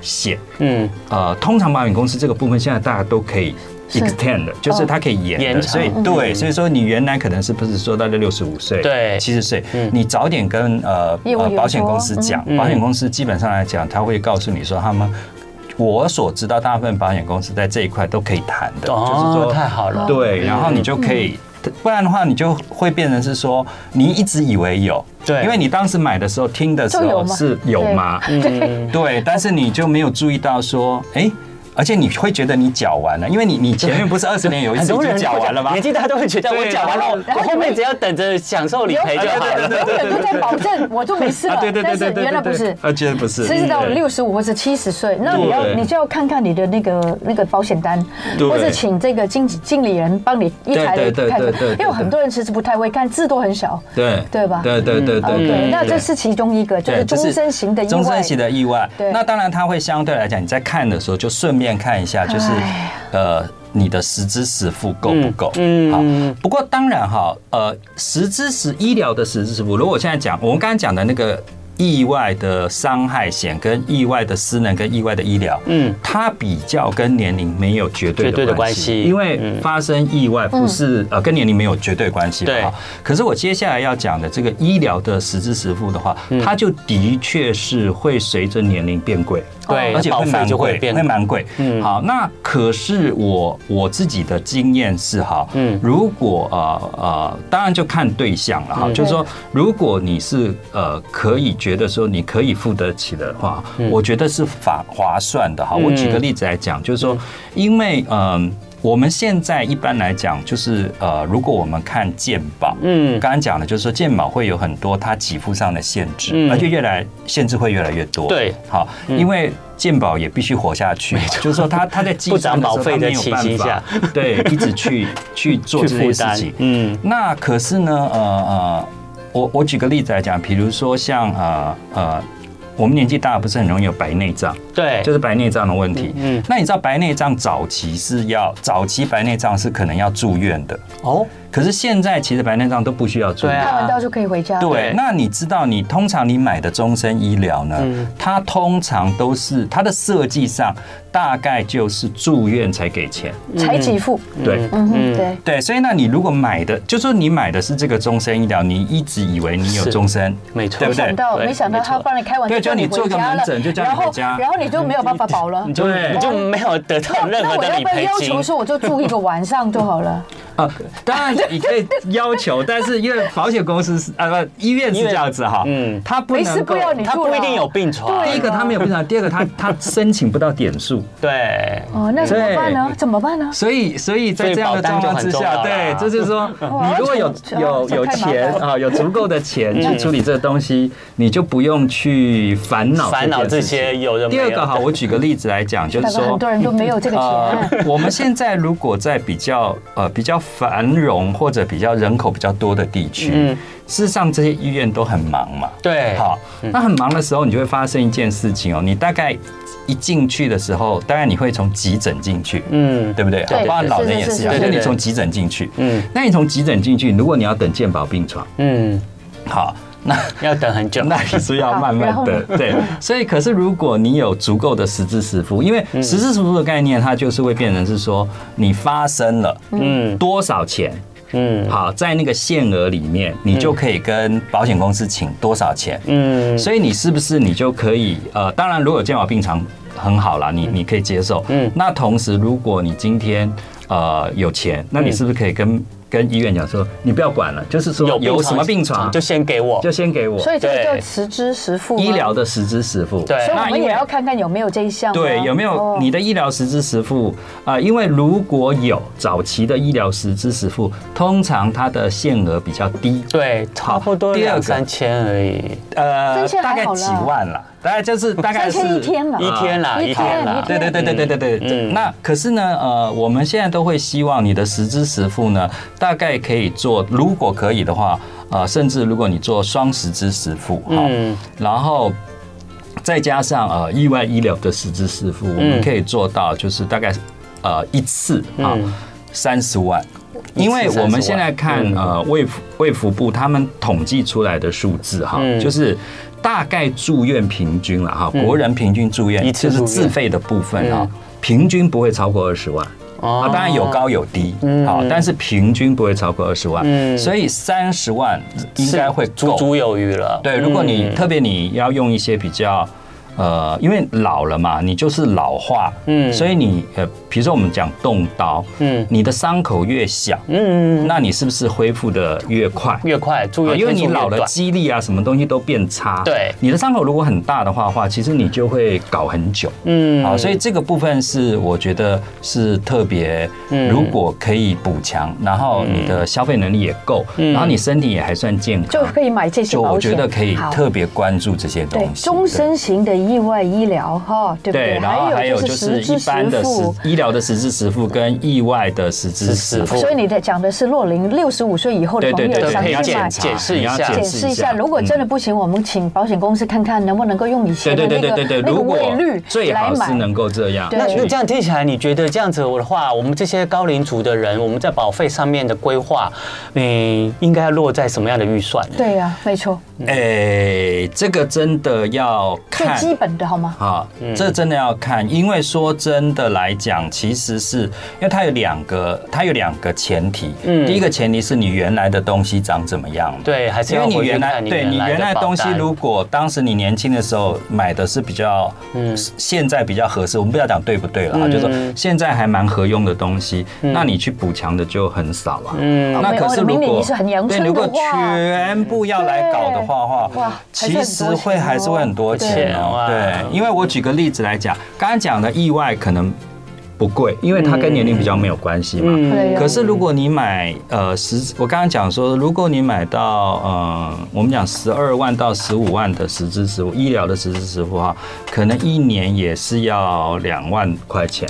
S3: 险。
S2: 嗯，
S3: 呃，通常保险公司这个部分现在大家都可以
S1: 是哦嗯
S3: extend 的，就是它可以延的，
S2: 延长
S3: 所以对，所以说你原来可能是不是说大概六十五岁、
S2: 对
S3: 七十岁
S2: 嗯，
S3: 你早点跟呃
S1: 业务
S3: 呃
S1: 员
S3: 保险
S1: 说
S3: 公司讲
S2: 嗯，
S3: 保险公司基本上来讲，他会告诉你说他们。我所知道，大部分保险公司在这一块都可以谈的，就是
S2: 哦，
S3: 说
S2: 太好了，
S3: 对，然后你就可以。不然的话，你就会变成是说，你一直以为有，
S2: 对
S3: 因为你当时买的时候听的时
S1: 就有
S3: 候
S1: 嘛
S3: 是有嘛，
S2: 嗯，
S3: 对，但是你就没有注意到说，哎，而且你会觉得你缴完了，因为你你前面不是二十年有一
S2: 很
S3: 次已
S2: 多
S3: 经
S2: 人
S3: 缴完了吗
S2: 年？纪大家都会觉得
S3: 对啊
S2: 我缴完了，
S1: 然后
S2: 我后面只要等着享受理赔就好
S3: 对对
S2: 了。
S1: 永
S3: 对
S1: 远都在保证我就没事了，但是原来不是。
S3: 呃，觉得不是，
S1: 其实到
S3: 对
S1: 六十五或者七十岁，那你要
S3: 对
S1: 你就要看看你的那个那个保险单，
S3: 对
S1: 或者请这个经纪经理人帮你一台
S3: 对对
S1: 来
S3: 对
S1: 看
S3: 对对，对
S1: 因为有很多人其实不太会看，字都很小。
S3: 对
S1: 对吧
S3: 对对对对
S1: OK，
S3: 对。
S1: 那这是其中一个，就
S3: 对
S1: 是终身型的意
S3: 终
S1: 外
S3: 身。型的意外。
S1: 对
S3: 那当然它会相对来讲，你在看的时候就顺便看一下，就是
S1: 哎
S3: 呃你的实支实付够不够？
S2: 嗯嗯
S3: 好。不过当然哈，呃，实支实医疗的实支实付，如果我现在讲，我们刚刚讲的那个。意外的伤害险、跟意外的失能、跟意外的医疗，
S2: 嗯
S3: 嗯，它比较跟年龄没有绝
S2: 绝
S3: 对
S2: 对的
S3: 的关
S2: 关
S3: 系，
S2: 系
S3: 因为发生意外不是呃跟年龄没有绝对关系嘛
S2: 对
S3: 哈可是我接下来要讲的这个医疗的实支实付的话，它就的确是会随着年龄变贵，
S2: 对
S3: 而且
S2: 保
S3: 会
S2: 费
S3: 蛮
S2: 就会
S3: 贵，
S2: 变
S3: 会蛮贵。
S2: 嗯
S3: 好，那可是我我自己的经验是哈，
S2: 嗯
S3: 如果呃呃，当然就看对象了
S2: 嗯
S3: 哈，就是说，如果你是呃可以觉得说你可以付得起的话，
S2: 嗯
S3: 我觉得是划划算的哈。我举个例子来讲，就是说，因为嗯、我们现在一般来讲，就是呃，如果我们看健保，
S2: 嗯
S3: 刚刚讲的就是说健保会有很多它给付上的限制，
S2: 嗯
S3: 而且越来限制会越来越多。
S2: 对嗯
S3: 好，因为健保也必须活下去，就是说它它在计
S2: 不
S3: 算
S2: 涨
S3: 的
S2: 保
S3: 时候它
S2: 费的
S3: 没有
S2: 情
S3: 办
S2: 形下
S3: 法，对， 一直去去做
S2: 去
S3: 这
S2: 负
S3: 些事
S2: 担
S3: 情，。
S2: 嗯
S3: 那可是呢，呃呃，我我举个例子来讲，比如说像呃呃，我们年纪大，不是很容易有白内障，
S2: 对，
S3: 就是白内障的问题。
S2: 哎嗯嗯
S3: 那你知道白内障早期是要早期白内障是可能要住院的，
S2: 哦，
S3: 可是现在其实白内障都不需要住
S2: 对
S3: 院。
S2: 啊
S1: 看完到就可以回家。
S3: 对，那你知道你通常你买的终身医疗呢，它通常都是它的设计上大概就是住院才给钱，
S1: 才给付。
S3: 对。
S1: 嗯哼，对，
S3: 对，所以那你如果买的，就说你买的是这个终身医疗，你一直以为你有
S2: 是
S3: 终身，
S2: 没错
S3: 对
S1: 没
S3: 不对
S1: 想到
S2: 对
S1: 没想到
S2: 没错
S1: 他帮你开完
S3: 对
S1: 叫你
S3: 就你
S1: 回
S3: 做个
S1: 家了
S3: 门诊就叫你
S1: 然后
S3: 回家
S1: 然后你就没有办法保了
S2: 你。就
S3: 对
S2: 你就没有得到任
S1: 那
S2: 何
S1: 我
S2: 的
S1: 要
S2: 理
S1: 不要
S2: 赔
S1: 要
S2: 金
S1: 求。 说我就住一个晚上就好了？
S3: 啊，当然你可以要求，但是因为保险公司是啊不医院是这样子哈，
S2: 医院嗯
S3: 嗯，他不
S1: 没事
S3: 能够
S1: 不，要你
S2: 他
S1: 住
S2: 不
S1: 了
S2: 一定有病床，
S3: 第一个他没有病常，第二个他他申请不到点数，
S2: 对，
S1: 哦，那怎么办呢？怎么办呢？
S3: 所以，所以在这样的状况之
S2: 所以保
S3: 下，
S2: 障就很重要
S3: 对
S2: 啦，
S3: 这就是说，
S1: 哇
S3: 你如果有
S1: 这
S3: 有
S1: 这
S3: 有
S1: 太麻烦
S3: 钱
S1: 了
S3: 啊，有足够的
S2: 嗯
S3: 钱去处理这个东西，你就不用去烦恼
S2: 烦恼这
S3: 件事情
S2: 些。有人没
S3: 第
S2: 有
S3: 二个哈，我举个例子来讲，就是
S1: 大概
S3: 说
S1: 很，多人都没有这个
S3: 呃
S1: 钱。，啊
S3: 我们现在如果在比较呃比较繁荣或者比较人口比较多的地区，
S2: 嗯
S3: 事实上这些医院都很忙嘛。
S2: 对嗯
S3: 好，那很忙的时候，你就会发生一件事情哦，你大概一进去的时候，大概你会从急诊进去，
S2: 嗯，
S3: 对不对？
S1: 对
S3: 包括老人也
S1: 是是
S3: 是一样，啊
S2: 是
S3: 那
S2: 是
S3: 你
S2: 是
S3: 从急诊进去，
S2: 嗯
S3: 嗯，那你从急诊进去，如果你要等健保病床，
S2: 嗯，
S3: 好，那。
S2: 要等很久
S3: 那你是要慢慢
S1: 好然
S3: 等，对。所以，可是如果你有足够的实质实付，因为实质实付的概念，它就是会变成是说你发生了，嗯，多少钱。
S2: 嗯
S3: 好，在那个限额里面，你就可以跟保险公司请多少钱，
S2: 嗯，
S3: 所以你是不是你就可以呃，当然如果有健保病床很好啦，你
S1: 嗯
S3: 你可以接受。
S2: 嗯
S1: 嗯
S3: 那同时如果你今天呃有钱，那你是不是可以跟跟医院讲说，你不要管了，就是说
S2: 有病
S3: 有什么病床
S2: 就先给我
S3: 就。先给我。
S1: 所以这个
S2: 对
S1: 叫实支实付吗
S3: 医疗，的实支实付，
S2: 对
S1: 所以我
S3: 那
S1: 们
S3: 因
S1: 也
S3: 为
S1: 要看看有没有这一项吗。
S3: 对，有没有
S1: 哦
S3: 你的医疗实支实付啊、呃因为如果有早期的医疗实支实付，通常它的限额比较低，
S2: 对，差不多
S3: 第二
S2: 两
S3: 个
S2: 三千而已，
S3: 呃
S1: 三千还
S3: 大概
S1: 好啦
S3: 几万啦，大概就是大概是
S1: 三千一天啦
S2: 一
S3: 啊
S2: 天啦，
S1: 一
S2: 一天
S1: 天，
S2: 啦
S3: 对对对对对对对。
S2: 嗯
S3: 那可是呢，呃，我们现在都会希望你的实支实付呢，大概可以做，如果可以的话，呃，甚至如果你做双实支实付，哈、
S2: 嗯
S3: 然后。再加上呃意外医疗的实支实付，我们可以做到就是大概呃一次啊
S2: 嗯
S3: 三十万，
S2: 一次
S3: 因为我
S2: 30
S3: 们现在看
S2: 嗯
S3: 呃卫福卫福部他们统计出来的数字哈
S2: 嗯，
S3: 就是大概住院平均了哈，国人平均住院
S2: 一次
S3: 就
S2: 住
S3: 是
S2: 院
S3: 自费的部分啊
S2: 嗯，
S3: 平均不会超过二十万。
S2: 哦
S3: 啊，当然有高有低，好，但是平均不会超过二十万，
S2: 嗯
S3: 所以三十万应该会
S2: 是
S3: 够
S2: 足足有余了。
S3: 对，如果你
S2: 嗯
S3: 特别你要用一些比较。呃，因为老了嘛，你就是老化，
S2: 嗯
S3: 嗯，所以你呃，比如说我们讲动刀，
S2: 嗯
S3: 嗯，你的伤口越小，
S2: 嗯，
S3: 那你是不是恢复的越快？
S2: 越快住
S3: 啊
S2: 院，
S3: 因为你老了，
S2: 短。
S3: 肌力啊，什么东西都变差。
S2: 对
S3: 你的伤口如果很大的话，话其实你就会搞很久。
S2: 嗯
S3: 好，所以这个部分是我觉得是特别，
S2: 嗯
S3: 如果可以补强，然后你的消费能力也够，
S2: 嗯
S3: 然后你身体也还算健康，
S1: 就可以买这些
S3: 就
S1: 保
S3: 我
S1: 险？
S3: 觉得可以
S1: 好
S3: 特别关注这些东
S1: 对
S3: 西。
S1: 终身型的意外医疗哈，对
S3: 对
S1: 不对？
S3: 对，然后还有就是一般的实
S1: 付。
S3: 医疗的实质实付跟意外的实质实付，
S1: 所以你在讲的是洛龄六十五岁以后的
S3: 对
S1: 朋
S3: 对对
S1: 友
S3: 对，
S1: 想
S2: 可以
S1: 去
S2: 检
S1: 买。
S2: 检视一下
S3: 你要
S1: 检
S2: 检
S1: 视一下，如果真的不行，我们请保险公司看看能不能够用以前
S3: 对
S1: 的
S3: 对
S1: 那
S3: 对
S1: 个
S3: 对对对，
S1: 那个
S3: 如
S1: 汇
S3: 果
S1: 率
S3: 最
S1: 来
S3: 好是
S1: 买。
S3: 能够这样。
S1: 对
S2: 那
S1: 去
S2: 那这样听起来，你觉得这样子的话，我们这些高龄族的人，我们在保费上面的规划，嗯，应该落在什么样的预算？，
S1: 对呀，没错，
S3: 哎，这个真的要
S1: 最
S3: 看
S1: 基本的好吗？
S3: 啊，这真的要看，因为说真的来讲，其实是因为它有两个，它有两个前提。
S2: 嗯
S3: 第一个前提是你原来的东西长怎么样嘛。
S2: 对，还是
S3: 因为
S2: 要
S3: 你
S2: 回去
S3: 原来
S2: 看你
S3: 对你原
S2: 原来
S3: 来
S2: 的
S3: 东西
S2: 保，单
S3: 如果当时你年轻的时候买的是比较，嗯，现在比较合适，我们不要讲对不对了啊，
S2: 嗯
S3: 就是说现在还蛮合用的东西，那你去补强的就很少了。
S2: 嗯，
S3: 那
S1: 嗯没
S3: 可
S1: 有
S3: 是
S1: 明
S3: 如
S1: 年
S3: 果
S1: 你是很阳
S3: 对，
S1: 春
S3: 如
S1: 的
S3: 果
S1: 话
S3: 全部要来搞的话
S1: 对哇
S3: 话，
S1: 还是很
S3: 其
S1: 多
S3: 实会
S1: 钱哦
S3: 还是会很多钱哦。
S2: 对
S3: 对，因为我举个例子来讲，刚刚讲的意外可能不贵，因为它跟年龄比较没有关系嘛。
S1: 对呀
S3: 可是如果你买呃十，我刚刚讲说，如果你买到呃，我们讲十二万到十五万的实支实付医疗的实支实付哈，可能一年也是要两万块钱。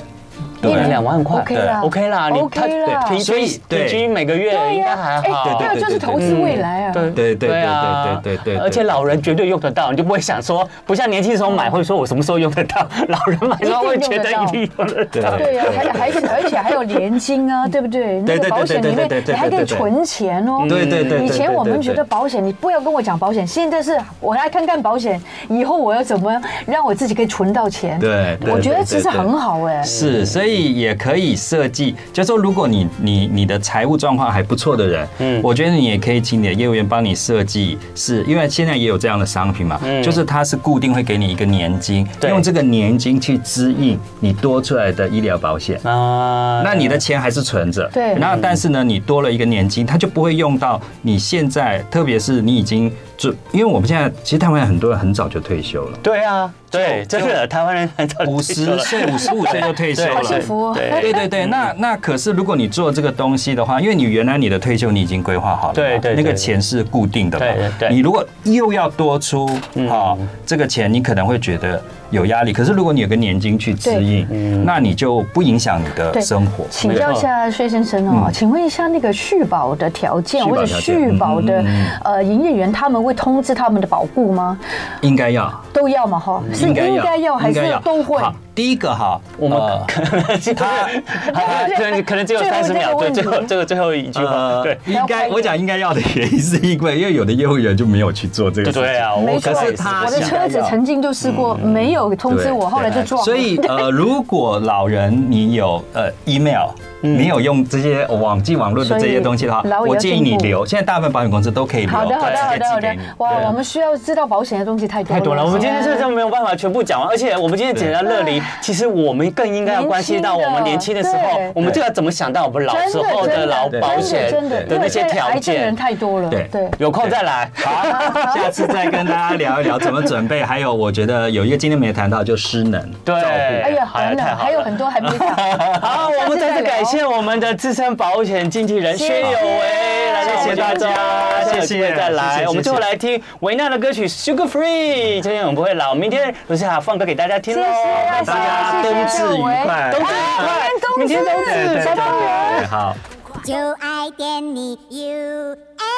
S1: 一年
S2: 两万块
S1: OK 啦
S2: ，OK 啦，你
S1: OK 啦
S2: 平
S3: 所以
S2: 均
S3: 对
S2: 平均每个月
S1: 对
S2: 应
S1: 呀
S2: 该还
S1: 哎，
S2: 好
S1: 这。个就是投资未来啊。
S3: 哎对对
S2: 啊
S3: 对对对对对
S2: 而且老人绝对用得到，你就不会想说，不像年轻时候买会说我什么时候用得到，老人买的话会觉得一定用得到。
S1: 对啊呀，还还而且还有年金啊，对不对？那
S3: 对
S1: 个
S3: 对对
S1: 保险里
S3: 对对
S1: 面
S3: 对对
S1: 你
S3: 对
S1: 还可以
S3: 对对
S1: 存钱哦。
S3: 对对对对
S1: 以前
S3: 对
S1: 我们
S3: 对
S1: 觉得保险，你不要跟我讲保险，现在是我来看看保险，以后我要怎么让我自己可以存到钱？
S3: 对对
S1: 我觉得
S3: 对
S1: 其实
S3: 对对
S1: 很好哎。
S3: 是，所以也可以设计，就说如果你你你的财务状况还不错的人，嗯，我觉得你也可以请你的业务员帮你设计，是因为现在也有这样的商品嘛，就是它是固定会给你一个年金，
S2: 嗯对
S3: 用这个年金去支应你多出来的医疗保险。
S2: 啊
S3: 那你的钱还是存着，
S1: 对
S3: 那但是呢，你多了一个年金，它就不会用到你现在，特别是你已经准，因为我们现在其实台湾很多人很早就退休了。
S2: 对啊，对，真的台湾人很早就
S3: 五
S2: 退休
S3: 十
S2: 了
S3: 岁、五十五岁就退休
S2: 对
S3: 了，
S1: 好幸福哦
S2: 对
S3: 对对对，那那可是如果你做这个东西的话，因为你原来你的退休你已经规划好了嘛，
S2: 对对对
S3: 那个钱是固定的嘛，
S2: 对对对嗯
S3: 你如果又要多出啊这个钱，你可能会觉得有压力。可是如果你有个年金去支
S2: 嗯
S3: 应，那你就不影响你的
S1: 对
S3: 生活。
S1: 请教一下薛先生哦，请问一下那个续保的条件
S3: 续
S1: 或
S3: 保
S1: 者
S3: 条件
S1: 续保的
S3: 嗯嗯
S1: 呃营业员，他们会通知他们的保固吗？
S3: 应该要，
S1: 都要吗？哈，是
S3: 应该
S1: 应
S3: 要，
S1: 该要还是都会？
S3: 好第一个哈，
S2: 我们
S3: 呃
S2: 可能是他 他可能可能只有
S1: 最后
S2: 三十秒，
S1: 这个
S2: 对，最后
S1: 问题
S2: 这个最后一句话，
S3: 呃
S2: 对，
S3: 应该我讲应该要的原因是因为，因为有的业务员就没有去做这
S2: 对
S3: 个事情。
S2: 对啊，我
S1: 没错，
S2: 可是
S3: 他
S1: 我的
S3: 想
S1: 车子曾经就试过，没有通知
S3: 对
S1: 我，后来就
S3: 对
S1: 撞了。
S3: 所以呃，如果老人你有呃 email 没有用这些网际网络的这些东西的话
S1: 所以老，也
S3: 我
S1: 要
S3: 建议你
S1: 进步
S3: 留。现在大部分保险公司都可以留，
S1: 好的，好的，好
S3: 直接
S1: 的，
S3: 寄
S1: 好
S3: 给
S1: 的
S3: 你。。
S1: 哇，
S3: 对
S1: 我们需要知道保险的东西太多了。
S2: 太多了，我们今天真的没有办法全部讲完，而且我们今天简单乐龄，其实我们更应该要关心到我们年轻的时候
S1: 对，
S2: 我们就要怎么想到我们老时候
S1: 真
S2: 的
S1: 真
S2: 劳
S1: 真
S2: 保险
S1: 真的
S2: 的那些
S1: 因为现在
S2: 条
S1: 癌症的人
S2: 件，
S1: 太多了。
S3: 对
S2: 有空再来。
S3: 好， 下次再跟大家聊一聊怎么准备，还有我觉得有一个今天没谈到，就失能。
S2: 对，
S1: 哎呀，
S2: 好呀
S1: 完了，
S2: 太好
S1: 还有
S2: 了。
S1: 很多还没讲。
S2: 好，
S1: 下
S2: 我们
S1: 次
S2: 再次
S1: 再聊
S2: 感谢我们的资深保险经纪人薛有为来到我们节目中，
S3: 谢谢
S2: 谢谢再
S3: 谢
S2: 来
S3: 谢。
S2: 我们最后来听维纳的歌曲《Sugar Free》，今天我们不会老，明天卢西亚放歌给大家听
S1: 谢
S2: 喽
S1: 谢，啊，谢
S3: 大家
S1: 谢，谢
S3: 冬
S1: 谢
S3: 至愉
S1: 喂
S3: 快
S2: 冬至愉快
S1: 哎，
S2: 明天冬
S1: 冬
S2: 至
S1: 至，
S3: 对对
S1: 小
S3: 对
S1: 朋友。
S3: 对，好。
S4: 就爱点你 U。F